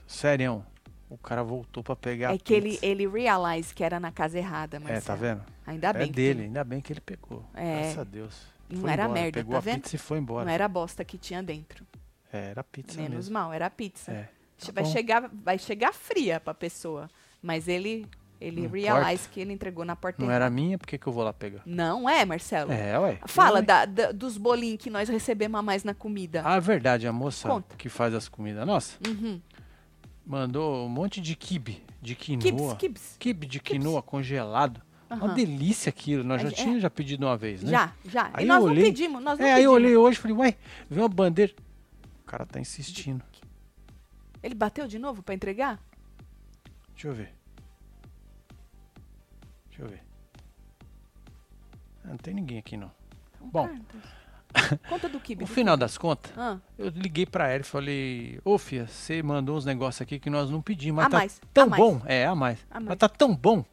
A: Sério. O cara voltou pra pegar a
B: É que
A: pizza.
B: ele, ele realize que era na casa errada, Marcelo.
A: É, tá vendo?
B: Ainda bem
A: é
B: que
A: dele, ainda bem que ele pegou.
B: É.
A: Graças a Deus.
B: Não
A: Foi
B: era
A: embora,
B: merda,
A: Pegou
B: tá
A: a
B: vendo?
A: pizza e foi embora.
B: Não era a bosta que tinha dentro.
A: É, era pizza
B: Menos
A: mesmo.
B: mal, era a pizza.
A: É,
B: Che- vai,
A: bom.
B: chegar, vai chegar fria pra pessoa. Mas ele, ele
A: Não
B: realize
A: importa.
B: que ele entregou na porta
A: Não
B: errada.
A: era minha, por que, que eu vou lá pegar?
B: Não é, Marcelo?
A: É, ué.
B: Fala
A: Eu, hein?
B: da- da- dos bolinhos que nós recebemos a mais na comida.
A: Ah, verdade, a moça
B: Conta.
A: que faz as comidas nossa
B: Uhum.
A: mandou um monte de kibe, de
B: Kibs,
A: quinoa.
B: kibs.
A: Kibe de
B: Quibs.
A: quinoa congelado. Uma
B: Aham.
A: delícia aquilo. Nós já
B: É, é.
A: tínhamos já pedido uma vez, né?
B: Já, já.
A: Aí
B: e
A: eu
B: nós
A: olhei-
B: não pedimos, nós não
A: É, aí eu
B: pedimos.
A: olhei hoje e falei, ué, veio uma bandeja. O cara tá insistindo.
B: Ele bateu de novo pra entregar?
A: Deixa eu ver. Deixa eu ver. Ah, Não tem ninguém aqui, não.
B: Então,
A: Bom.
B: tá, então. Conta do kibe.
A: No
B: do
A: final das contas,
B: kibe. Ah,
A: eu liguei pra ela e falei, ô Fia, você mandou uns negócios aqui que nós não pedimos, mas
B: A
A: tá
B: mais,
A: tão
B: a mais.
A: bom. É, a mais.
B: A mais.
A: Mas tá tão bom.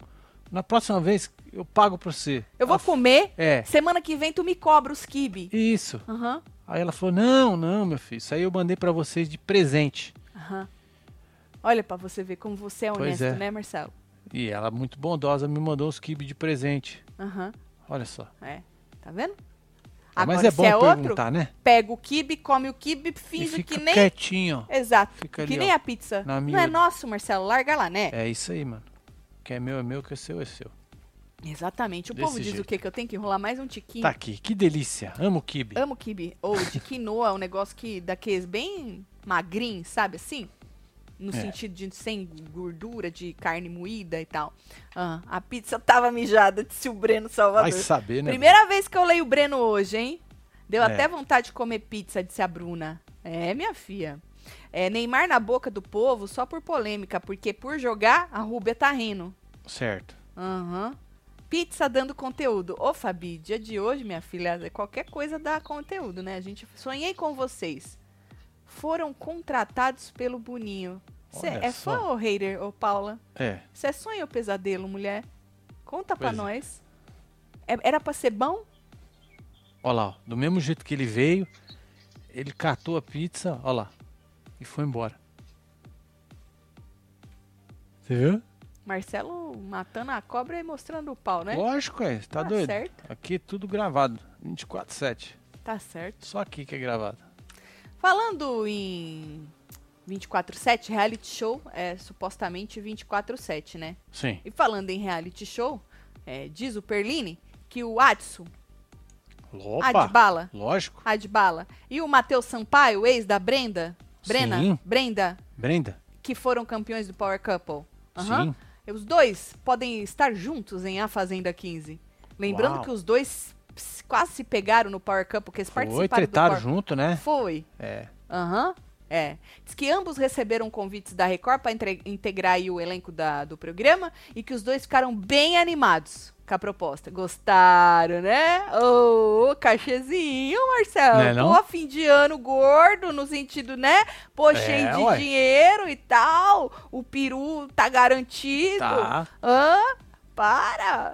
A: Na próxima vez eu pago pra você.
B: eu vou
A: Ela
B: comer.
A: f- É,
B: Semana que vem tu me cobra os kibe.
A: isso.
B: Aham,
A: Aí ela falou, não, não, meu filho, isso aí eu mandei pra vocês de presente.
B: aham. Olha pra você ver como você é
A: Pois
B: honesto,
A: é.
B: né, Marcelo?
A: E ela, muito bondosa, me mandou os kibes de presente.
B: Aham,
A: Olha só.
B: é. Tá vendo?
A: Mas é
B: se
A: bom perguntar, né?
B: pega o kibe, come o kibe,
A: E
B: finge
A: fica
B: que nem...
A: quietinho.
B: Exato,
A: Fica ali,
B: que
A: ó,
B: nem a pizza. Não
A: na
B: é
A: miúda.
B: nosso, Marcelo, larga lá, né?
A: É isso aí, mano. Que é meu é meu, que é seu é seu.
B: Exatamente. O
A: Desse
B: povo diz o
A: jeito.
B: quê? Que eu tenho que enrolar mais um tiquinho.
A: Tá aqui, que delícia. Amo kibe.
B: Amo kibe. Ou de quinoa, um negócio que daqueles bem magrinho, sabe assim? No
A: É.
B: sentido de sem gordura, de carne moída e tal. Ah, a pizza tava mijada, disse o Breno Salvador.
A: Vai saber, né?
B: Primeira vez que eu leio o Breno hoje, hein? Deu
A: É.
B: até vontade de comer pizza, disse a Bruna. É, minha filha. É, Neymar na boca do povo só por polêmica, porque por jogar, a Rúbia tá rindo.
A: mano? Certo.
B: Aham. Pizza dando conteúdo. Ô, Fabi, dia de hoje, minha filha, é qualquer coisa dá conteúdo, né? A gente sonhei com vocês. Foram contratados pelo Boninho. Você
A: Olha
B: é
A: só.
B: fã ou hater, ô Paula?
A: É.
B: Você é sonho ou pesadelo, mulher? Conta pra
A: Pois é.
B: nós. É- Era pra ser bom?
A: Ó lá, ó. do mesmo jeito que ele veio, ele catou a pizza, ó lá, e foi embora. Você viu?
B: Marcelo matando a cobra e mostrando o pau, né?
A: Lógico, é,
B: Tá
A: tá doido.
B: certo.
A: Aqui é tudo gravado, 24/7.
B: Tá certo.
A: Só aqui que é gravado.
B: Falando em 24/7, reality show é supostamente 24/7, né?
A: Sim.
B: E falando em reality show, é, diz o Perline que o Adson A de
A: Opa,
B: bala.
A: lógico.
B: A de bala. E o Matheus Sampaio, ex da Brenda? Brena?
A: Sim.
B: Brenda,
A: Brenda,
B: que foram campeões do Power Couple. Aham.
A: sim.
B: Os dois podem estar juntos em A Fazenda 15. Lembrando
A: Uau.
B: que os dois ps, quase se pegaram no Power Couple, que eles
A: Foi,
B: participaram
A: tretaram
B: do Power
A: junto, né?
B: Foi.
A: É.
B: Aham. É. Diz que ambos receberam convites da Record para integrar aí o elenco da- do programa e que os dois ficaram bem animados com a proposta. Gostaram, né? Ô, ô, cachezinho, Marcelo.
A: Né, não?
B: Pô, fim de ano gordo, no sentido, né? Pô,
A: É,
B: cheio de
A: ué.
B: dinheiro e tal. O peru tá garantido.
A: Tá.
B: Hã? Para!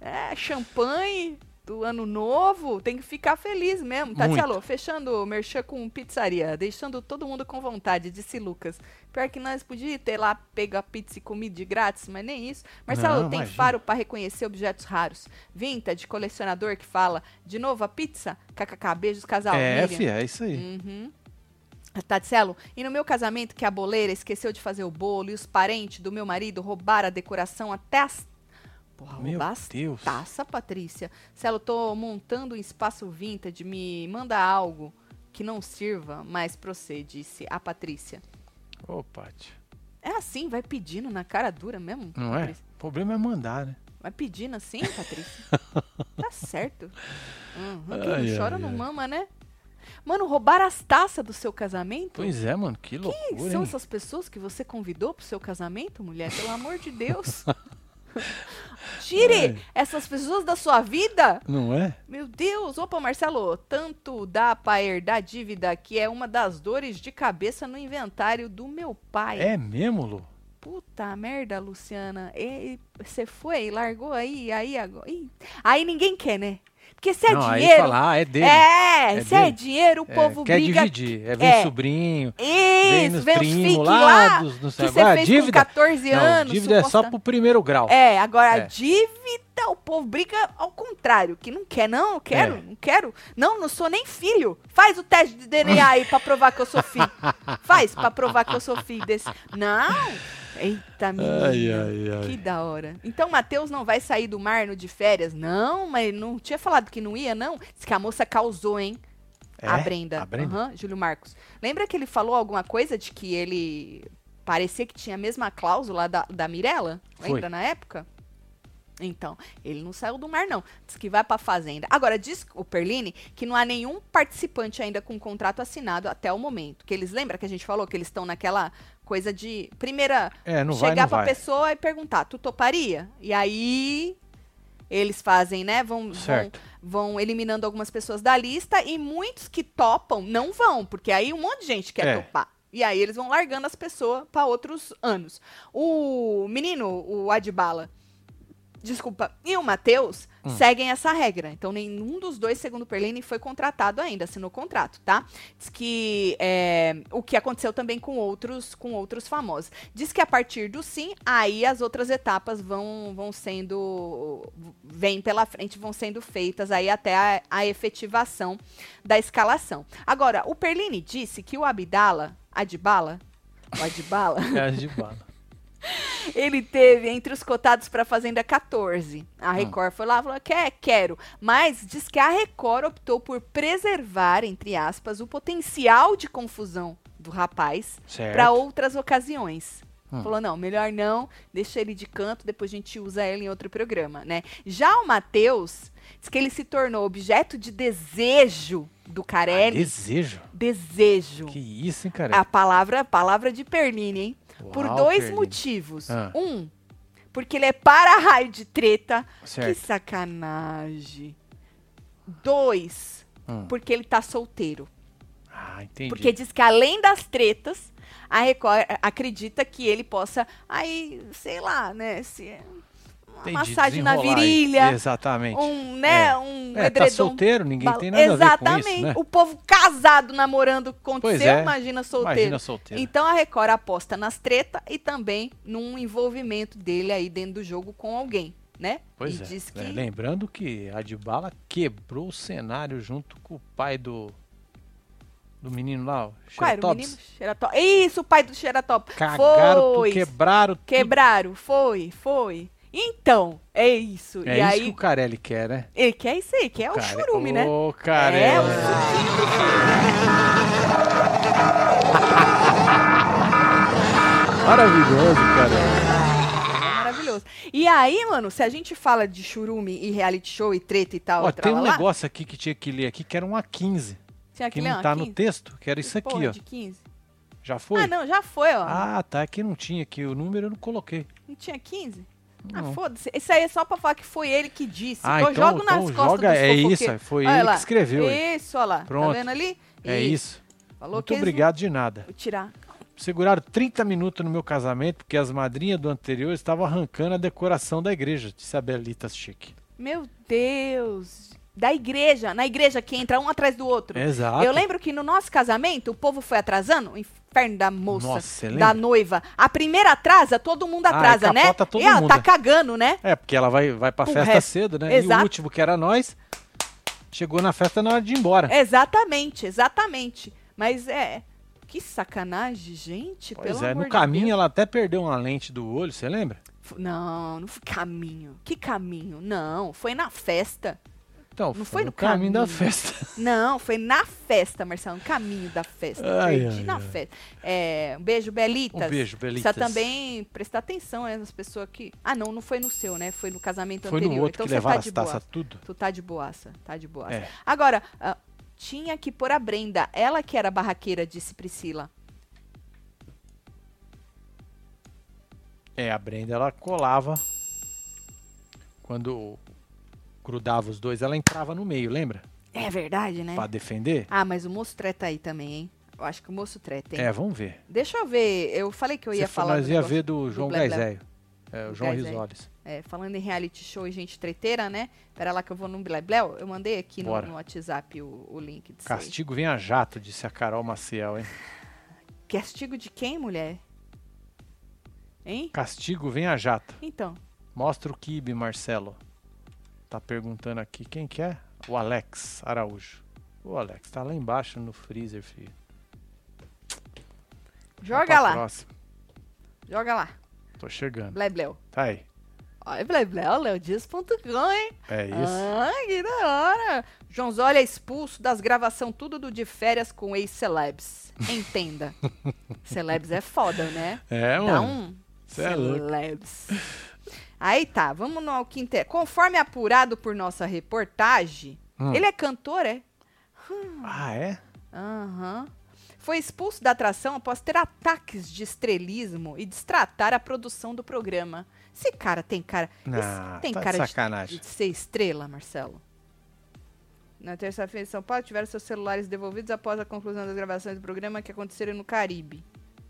B: É, champanhe do ano novo, tem que ficar feliz mesmo.
A: Muito.
B: Tati Alô, fechando o merchan com pizzaria, deixando todo mundo com vontade, disse Lucas. Pior que nós podíamos ter lá pego a pizza e comido de grátis, mas nem isso. Marcelo,
A: Não,
B: tem
A: imagina.
B: faro para reconhecer objetos raros. Vintage, colecionador que fala, de novo a pizza? KKK, beijos, casal.
A: É,
B: Miriam.
A: fi, é isso aí.
B: Uhum. Tatselo, e no meu casamento que a boleira esqueceu de fazer o bolo e os parentes do meu marido roubaram a decoração até as... Porra,
A: Meu
B: roubar as
A: Deus.
B: taça, Patrícia. Celo, tô montando um espaço vintage, me manda algo que não sirva mais pra você, disse a Patrícia.
A: Ô, Paty.
B: É assim, vai pedindo na cara dura mesmo?
A: Não é?
B: Patrícia?
A: O problema é mandar, né?
B: Vai pedindo assim, Patrícia? tá certo. Hum, quem
A: Ai,
B: não chora
A: ai,
B: não
A: ai.
B: mama, né? Mano, roubaram as taças do seu casamento?
A: Pois é, mano,
B: Quem
A: que loucura,
B: são
A: hein?
B: essas pessoas que você convidou pro seu casamento, mulher? Pelo amor de Deus. Tire essas pessoas da sua vida!
A: Não é?
B: Meu Deus! Opa, Marcelo, tanto dá pra herdar dívida que é uma das dores de cabeça no inventário do meu pai.
A: É mesmo, Lu?
B: Puta merda, Luciana. E- Você foi, largou aí, aí agora. Ih, Aí ninguém quer, né? Porque se é
A: não, aí
B: dinheiro.
A: falar, ah, é dele.
B: É,
A: É
B: se é
A: dele.
B: dinheiro, o
A: É,
B: povo
A: quer
B: briga.
A: dividir. É, vem
B: é.
A: sobrinho, vem
B: Isso,
A: nos
B: vem os
A: primos
B: fique
A: lá,
B: lá
A: dos, dos
B: que você
A: agora, é
B: fez
A: Ah, dívida.
B: com 14
A: não,
B: anos.
A: dívida é só
B: suposta-
A: pro primeiro grau.
B: É, agora
A: É.
B: a dívida, o povo briga ao contrário, que não quer, não, não quero,
A: É.
B: não quero. Não, não sou nem filho. Faz o teste de DNA aí pra provar que eu sou filho. Faz pra provar que eu sou filho desse. Não! Eita, menina.
A: Ai, ai, ai.
B: Que da hora. Então, Matheus não vai sair do mar no de férias? Não, mas não tinha falado que não ia, não? Diz que a moça causou, hein?
A: É?
B: A Brenda.
A: A Brenda?
B: Aham, Júlio Marcos. Lembra que ele falou alguma coisa de que ele parecia que tinha a mesma cláusula da, da Mirella?
A: Foi.
B: Lembra na época? Então, ele não saiu do mar, não. Diz que vai pra fazenda. Agora, diz o Perline que não há nenhum participante ainda com contrato assinado até o momento. Que eles lembra que a gente falou que eles estão naquela coisa de primeira
A: É, não vai,
B: chegar
A: não
B: pra
A: vai.
B: pessoa e perguntar, tu toparia? E aí eles fazem, né? Vão, vão,
A: Certo.
B: vão eliminando algumas pessoas da lista e muitos que topam não vão, porque aí um monte de gente quer
A: É.
B: topar. E aí eles vão largando as pessoas pra outros anos. O menino, o Adbala, desculpa, e o Matheus
A: Hum.
B: seguem essa regra. Então nenhum dos dois, segundo o Perlini, foi contratado ainda, assinou contrato, tá? Diz que é, o que aconteceu também com outros, com outros famosos. Diz que a partir do sim, aí as outras etapas vão, vão sendo. vêm pela frente, vão sendo feitas aí até a, a efetivação da escalação. Agora, o Perlini disse que o Abdala, Adbala, o Adbala,
A: É as de bala.
B: ele teve entre os cotados para Fazenda 14. A Record foi lá e falou: quer, quero. Mas diz que a Record optou por preservar, entre aspas, o potencial de confusão do rapaz
A: Certo.
B: para outras ocasiões.
A: Hum.
B: Falou, não, melhor não, deixa ele de canto, depois a gente usa ele em outro programa, né? Já o Matheus diz que ele se tornou objeto de desejo do
A: Ah,
B: Carelli.
A: Desejo.
B: desejo.
A: Que isso, hein, cara?
B: A palavra, palavra de Perline, hein? Por
A: Uau,
B: dois
A: Perline.
B: motivos.
A: Ah.
B: Um, porque ele é para-raio de treta.
A: Certo.
B: Que sacanagem. Dois,
A: Hum.
B: porque ele tá solteiro.
A: Ah, entendi.
B: Porque diz que além das tretas, a Record acredita que ele possa, aí, sei lá, né, se uma
A: Entendi,
B: massagem na
A: desenrolar aí.
B: virilha,
A: Exatamente.
B: um, né,
A: É.
B: um
A: é, tá
B: edredom
A: solteiro, ninguém
B: Bala-
A: tem nada
B: Exatamente. um
A: a ver com isso, né?
B: O povo casado namorando
A: Pois
B: aconteceu,
A: é.
B: imagina solteiro.
A: Imagina solteiro.
B: Então a Record aposta nas treta e também num envolvimento dele aí dentro do jogo com alguém, né?
A: Pois
B: e
A: é.
B: diz que
A: É, Lembrando que a de bala quebrou o cenário junto com o pai do do menino lá, o
B: qual era o
A: Xeratops.
B: menino? Xeratop. Isso, o pai do Xeratop.
A: Cagaram, tudo,
B: Foi.
A: quebraram tudo.
B: Quebraram, foi, foi. Então, é isso.
A: É
B: e
A: isso
B: aí,
A: que o Carelli quer, né?
B: ele quer isso aí, quer o
A: Care-
B: churume, né?
A: Ô,
B: É, o
A: Carelli. Maravilhoso, cara.
B: É Maravilhoso. E aí, mano, se a gente fala de churume e reality show e treta e tal,
A: Ó, tem um
B: tralalá,
A: negócio aqui que tinha que ler aqui, que era um A15,
B: tinha
A: que
B: ler
A: não
B: uma
A: tá no
B: 15?
A: texto, que era isso aqui,
B: Porra,
A: ó.
B: de 15.
A: Já foi?
B: Ah, não, já foi, ó.
A: Ah, tá, aqui não tinha, aqui o número eu não coloquei.
B: Não tinha 15? Ah,
A: Não.
B: foda-se. Isso aí é só pra falar que foi ele que disse.
A: Ah,
B: eu
A: então,
B: jogo nas
A: então
B: costas
A: joga,
B: dos
A: é isso,
B: fofoqueiros.
A: foi
B: Olha
A: ele
B: lá.
A: que escreveu. aí.
B: Isso, olha lá.
A: Pronto.
B: Tá vendo ali?
A: É isso.
B: Falou
A: Muito
B: que eles
A: obrigado de nada.
B: Não... Vou tirar.
A: Seguraram 30 minutos no meu casamento, porque as madrinhas do anterior estavam arrancando a decoração da igreja, disse a Belita Chique.
B: Meu Deus. Da igreja. Na igreja que entra um atrás do outro.
A: Exato.
B: Eu lembro que no nosso casamento, o povo foi atrasando, o inferno da moça,
A: Nossa, você
B: da
A: lembra?
B: noiva. A primeira atrasa, todo mundo
A: Ah, e
B: atrasa, né?
A: capota todo
B: e ela
A: mundo,
B: tá
A: né?
B: cagando, né?
A: É, porque ela vai, vai pra
B: Pro
A: festa
B: resto.
A: cedo, né? E
B: Exato.
A: o último, que era nós, chegou na festa na hora de ir embora.
B: Exatamente, exatamente. Mas é. Que sacanagem, gente.
A: pois
B: pelo
A: é,
B: amor
A: no
B: de
A: caminho
B: Deus.
A: ela até perdeu uma lente do olho, você lembra?
B: F- Não, não foi caminho. Que caminho? Não, foi na festa.
A: Então,
B: Não foi no
A: caminho, da
B: caminho.
A: festa.
B: Não, foi na festa, Marcelo. No caminho da festa.
A: Ai,
B: perdi
A: ai,
B: na
A: ai.
B: festa. É, um beijo, Belitas.
A: Um beijo, Belitas.
B: Precisa também prestar atenção né, nas pessoas que. Ah, não, não foi no seu, né? Foi no casamento
A: Foi
B: anterior.
A: no outro
B: então
A: que
B: você
A: levaram
B: tá
A: as
B: de
A: taças
B: boaça.
A: tudo.
B: Tu tá de boaça, tá de boaça.
A: É.
B: Agora, ah, tinha que pôr a Brenda. Ela que era barraqueira, disse Priscila.
A: É, a Brenda, ela colava. Quando grudava os dois, ela entrava no meio, lembra?
B: É verdade, né?
A: Pra defender.
B: Ah, mas o moço treta aí também, hein? Eu acho que o moço treta, hein?
A: É, vamos ver.
B: Deixa eu ver. Eu falei que eu
A: Você
B: ia
A: fa-
B: falar.
A: Nós
B: do
A: ia
B: negócio
A: ver do João
B: Blé Blé.
A: Gaizelli. É, o
B: Do
A: João
B: Gaizelli.
A: Risoles.
B: É, falando em reality show e gente treteira, né? Pera lá que eu vou no Blebleu. Eu mandei aqui no,
A: Bora.
B: no WhatsApp o, o link disso aí.
A: Castigo vem a jato, disse a Carol Maciel, hein?
B: é Castigo de quem, mulher? Hein?
A: Castigo vem a jato.
B: Então.
A: Mostra o kibe, Marcelo. Tá perguntando aqui quem que é? O Alex Araújo. O Alex tá lá embaixo no freezer, filho. Vamos
B: Joga
A: pra
B: lá.
A: próxima.
B: Joga lá.
A: Tô chegando.
B: Blebleu.
A: Tá aí.
B: Olha, Blebleu, leodias.com, hein?
A: É isso.
B: Ah, que da hora. João Zólia é expulso das gravação tudo do de férias com ex-celebs. Entenda. celebs é foda, né?
A: É,
B: Dá
A: mano.
B: um
A: Cê é louco.
B: celebs. Aí tá, vamos no que inter... Conforme é apurado por nossa reportagem,
A: Hum.
B: ele é cantor, é?
A: Ah, é?
B: Aham. Foi expulso da atração após ter ataques de estrelismo e destratar a produção do programa. Esse cara tem cara. esse
A: Não,
B: tem
A: tá
B: cara
A: de
B: de
A: sacanagem.
B: de ser estrela, Marcelo. Na terça-feira em São Paulo, tiveram seus celulares devolvidos após a conclusão das gravações do programa que aconteceram no Caribe.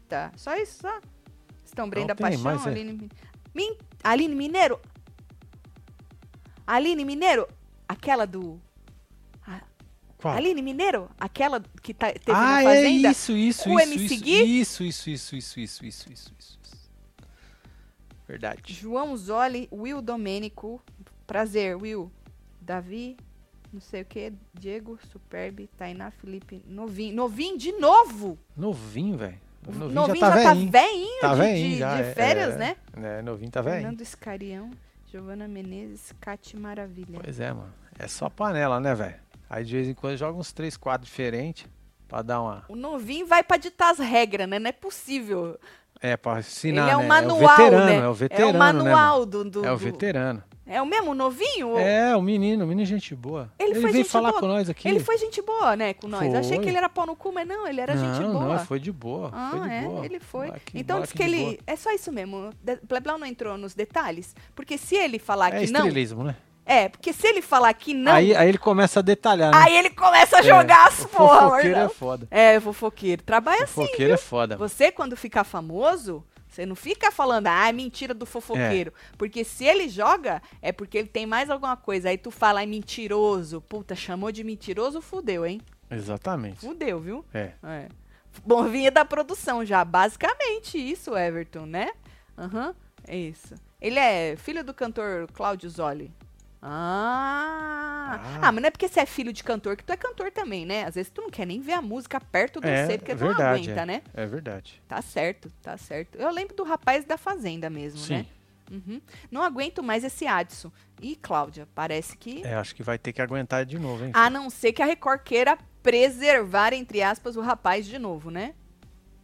B: Tá, só isso, só. Estão Brenda
A: tem
B: Paixão,
A: mais, é.
B: Aline, Mi- Min- Aline Mineiro. Aline Mineiro, aquela do...
A: Qual?
B: Aline Mineiro, aquela que tá, teve na
A: Ah, é
B: Fazenda.
A: isso, isso,
B: com o
A: isso,
B: MC
A: isso,
B: Gui?
A: isso, isso, isso, isso, isso, isso, isso, isso, isso. Verdade.
B: João Zoli, Will Domênico. Prazer, Will. Davi, não sei o que. Diego, Superbe, Tainá, Felipe, Novinho. Novinho de novo!
A: Novinho, velho. Novinho,
B: novinho
A: já tá velhinho.
B: velhinho
A: Tá
B: de,
A: velhinho
B: de-
A: já,
B: de
A: é,
B: férias,
A: é.
B: né?
A: É, novinho tá velhinho.
B: Fernando Escarião, Giovana Menezes, Cate Maravilha.
A: Pois é, mano. É só panela, né, velho? Aí de vez em quando joga uns três quadros diferentes pra dar uma.
B: O novinho vai pra ditar as regras, né? Não é possível.
A: É, pra ensinar.
B: Ele é um
A: né?
B: manual,
A: é o veterano,
B: né?
A: É o veterano.
B: é o
A: né, mano?
B: manual do, do,
A: É o
B: do-
A: veterano.
B: É o mesmo novinho?
A: É, o menino, o menino é gente boa.
B: Ele foi
A: veio
B: gente
A: falar
B: boa.
A: com nós aqui.
B: Ele foi gente boa, né, com nós. Achei
A: Foi.
B: que ele era pau no cu, mas não, ele era
A: não,
B: gente boa.
A: Não, foi de boa.
B: Ah,
A: foi de
B: é,
A: boa.
B: ele foi.
A: Moleque-
B: então diz
A: moleque
B: que
A: de
B: ele.
A: boa.
B: É só isso mesmo. De- Bleblau não entrou nos detalhes. Porque se ele falar
A: É
B: Ah, que não.
A: estrelismo, né?
B: É, porque se ele falar que não, aí,
A: Aí, aí ele começa a detalhar, né?
B: ele começa a jogar as
A: o
B: porra,
A: fofoqueiro é
B: Marcelo.
A: foda.
B: É, fofoqueiro. Trabalha assim.
A: Fofoqueiro é foda. mano.
B: Você, quando ficar famoso, você não fica falando, ah, é mentira do fofoqueiro.
A: É.
B: Porque se ele joga, é porque ele tem mais alguma coisa. Aí tu fala, é mentiroso. Puta, chamou de mentiroso, fudeu, hein?
A: Exatamente.
B: Fudeu, viu?
A: É.
B: É. Bom, vinha da produção já, basicamente isso, Everton, né? Aham, é isso. Ele é filho do cantor Cláudio Zoli. Ah. ah!
A: Ah.
B: mas não é porque você é filho de cantor que tu é cantor também, né? Às vezes tu não quer nem ver a música perto de
A: É,
B: você, porque
A: é
B: tu
A: verdade,
B: não aguenta, né?
A: É verdade.
B: Tá certo, tá certo. Eu lembro do rapaz da Fazenda mesmo,
A: Sim.
B: né? Uhum. Não aguento mais esse Adson. Ih, Cláudia, parece que.
A: É, acho que vai ter que aguentar de novo, hein?
B: A não ser que a Record queira preservar, entre aspas, o rapaz de novo, né?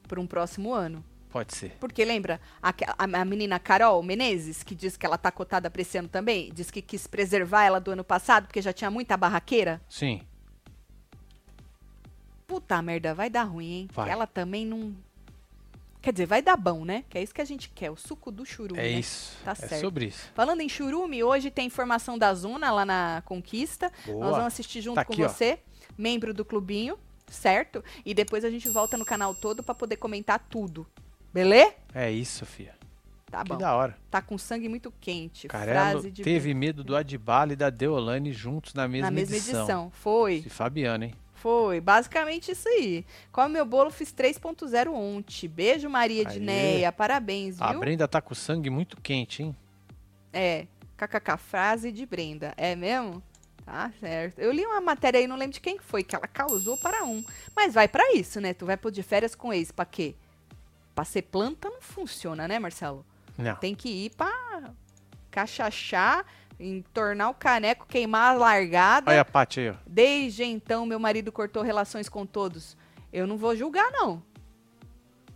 B: Por um próximo ano.
A: Pode ser.
B: Porque lembra a, a, a menina Carol Menezes, que diz que ela tá cotada pra esse ano também? Diz que quis preservar ela do ano passado, porque já tinha muita barraqueira?
A: Sim.
B: Puta merda, vai dar ruim, hein?
A: Vai.
B: Ela também não. Quer dizer, vai dar bom, né? Que é isso que a gente quer, o suco do churume.
A: É
B: né?
A: isso.
B: Tá
A: é
B: certo.
A: sobre isso.
B: Falando em churume, hoje tem formação da Zona lá na Conquista.
A: Boa.
B: Nós vamos assistir junto
A: Tá
B: com
A: aqui, ó.
B: você, membro do clubinho, certo? E depois a gente volta no canal todo pra poder comentar tudo. Beleza?
A: É isso, Fia.
B: Tá
A: Que
B: bom.
A: da hora.
B: Tá com sangue muito quente.
A: Carello
B: Frase de
A: teve medo do Adibala e da Deolane juntos na mesma,
B: na mesma edição. Foi,
A: De Fabiana, hein?
B: foi. Basicamente isso aí. Come meu bolo, fiz 3.0 ontem. Beijo, Maria
A: Aê.
B: Edneia. Parabéns, viu?
A: A Brenda tá com o sangue muito quente, hein?
B: É, kkk, frase de Brenda. É mesmo? Tá certo. Eu li uma matéria aí, não lembro de quem que foi, que ela causou para um. Mas vai pra isso, né? Tu vai pôr de férias com ex, pra quê? Pra ser planta não funciona, né, Marcelo?
A: Não.
B: Tem que ir pra cachachar, entornar o caneco, queimar a largada.
A: Olha a Paty aí, ó.
B: Desde então, meu marido cortou relações com todos. Eu não vou julgar, não.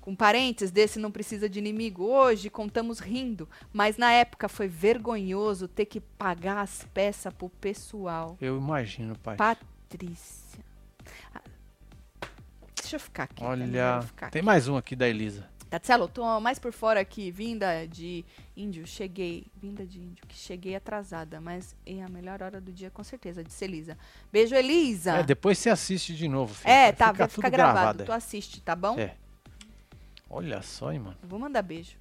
B: Com parentes desse não precisa de inimigo. Hoje contamos rindo, mas na época foi vergonhoso ter que pagar as peças pro pessoal.
A: Eu imagino, pai.
B: Patrícia. Ah, Deixa eu ficar aqui. tá? Melhor eu
A: Olha.
B: Ficar
A: Tem mais um aqui da Elisa.
B: Tatielo, tô mais por fora aqui, vinda de índio, cheguei, vinda de índio, que cheguei atrasada, mas é a melhor hora do dia, com certeza, disse Elisa. Beijo, Elisa!
A: É, depois você assiste de novo, Fia.
B: Tá. É,
A: Vai
B: tá,
A: ficar
B: vai
A: tudo
B: ficar gravado. Tu
A: aí.
B: assiste, tá bom?
A: É. Olha só, hein, mano.
B: Eu Vou mandar beijo.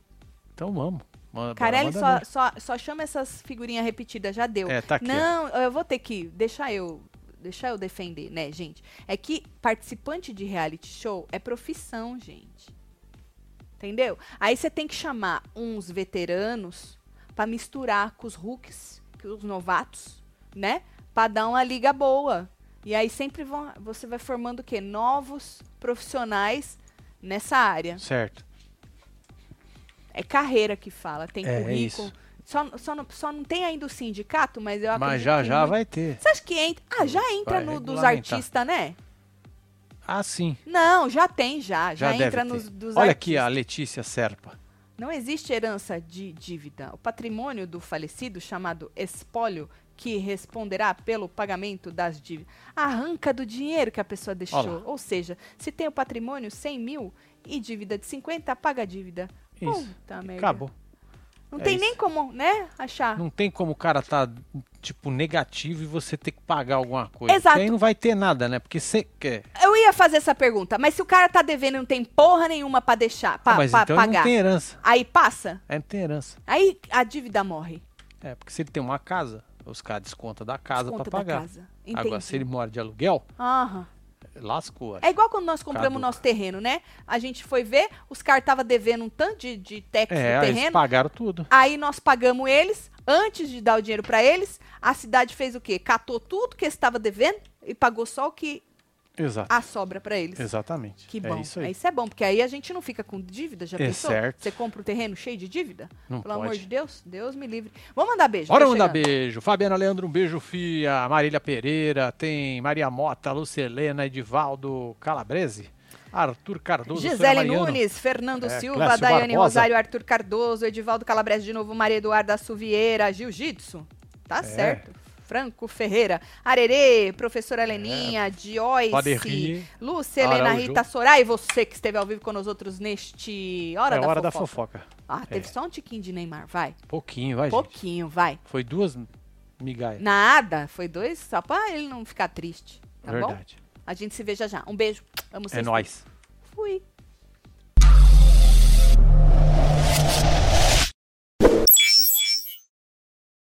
A: Então vamos. Manda, bora,
B: Carelli
A: manda
B: só,
A: ver.
B: só, só chama essas figurinhas repetidas, já deu.
A: É, tá aqui. ó.
B: Não, eu vou ter que deixar eu, deixar eu defender, né, gente? É que participante de reality show é profissão, gente. Entendeu? Aí você tem que chamar uns veteranos pra misturar com os rookies, com os novatos, né? Pra dar uma liga boa. E aí sempre vão, você vai formando o quê? Novos profissionais nessa área.
A: Certo.
B: É carreira que fala, tem
A: É, é
B: currículo.
A: isso.
B: só, só, não, só não tem ainda o sindicato, mas eu acredito
A: Mas já
B: que
A: já
B: muito-
A: vai ter.
B: Você acha que entra? Ah, já entra
A: Vai
B: no dos
A: regulamentar.
B: artistas, né?
A: Ah, sim.
B: Não, já tem já. Já,
A: Já, deve
B: entra
A: ter.
B: nos dos artistas.
A: Olha aqui a Letícia Serpa.
B: Não existe herança de dívida. O patrimônio do falecido, chamado espólio, que responderá pelo pagamento das dívidas, arranca do dinheiro que a pessoa deixou.
A: Olha lá.
B: Ou seja, se tem o patrimônio 100 mil e dívida de 50, paga a dívida.
A: Isso.
B: Puta merda.
A: Acabou.
B: Não
A: É
B: tem nem
A: isso.
B: como, né, achar.
A: Não tem como o cara tá, tipo, negativo e você ter que pagar alguma coisa.
B: Exato.
A: Porque aí não vai ter nada, né? Porque você quer.
B: Eu ia fazer essa pergunta, mas se o cara tá devendo e não tem porra nenhuma pra deixar, pra,
A: Ah, mas
B: pra
A: então
B: pagar,
A: não tem herança.
B: aí passa?
A: É, não tem herança.
B: Aí a dívida morre.
A: É, porque se ele tem uma casa, os caras descontam da casa
B: Desconta
A: pra
B: da
A: pagar.
B: casa. Entendi.
A: Agora, se ele mora de aluguel,
B: Aham.
A: lascou.
B: É igual quando nós compramos
A: Caduca.
B: nosso terreno, né? A gente foi ver, os caras estavam devendo um tanto de, de tax
A: É,
B: do
A: aí eles
B: terreno.
A: pagaram tudo.
B: Aí nós pagamos eles, antes de dar o dinheiro pra eles, a cidade fez o quê? Catou tudo que eles estavam devendo e pagou só o que
A: Exato.
B: a sobra pra eles.
A: Exatamente.
B: Ah, Que bom.
A: É isso aí.
B: é bom, porque aí a gente não fica com dívida, já
A: É
B: pensou?
A: certo.
B: Você compra um terreno cheio de dívida?
A: Não
B: Pelo amor
A: pode.
B: de Deus, Deus me livre. Vamos mandar beijo.
A: Bora
B: tá
A: mandar
B: chegando.
A: beijo. Fabiana Leandro, um beijo, Fia. Marília Pereira, tem Maria Mota, Lucelena, Edivaldo Calabrese, Arthur Cardoso, Sônia
B: Gisele
A: Mariano.
B: Nunes, Fernando
A: É,
B: Silva,
A: Clécio
B: Daiane
A: Barbosa.
B: Rosário, Arthur Cardoso, Edivaldo Calabrese de novo, Maria Eduarda Suvieira, Jiu-Jitsu.
A: É.
B: Tá certo. Franco Ferreira, Arerê, Professora
A: É.
B: Leninha, Dioice,
A: Paderri.
B: Lúcia Helena
A: Araújo.
B: Rita Sorai, você que esteve ao vivo com nós outros neste Hora,
A: é
B: da,
A: hora da
B: fofoca.
A: fofoca.
B: Ah, teve
A: É.
B: só um tiquinho de Neymar, vai.
A: Pouquinho, vai, gente.
B: Pouquinho, vai.
A: Foi duas migalhas.
B: Nada, foi dois, só pra ele não ficar triste, tá bom?
A: Verdade.
B: A gente se vê já já. Um beijo, amo
A: É
B: vocês.
A: nóis.
B: Fui.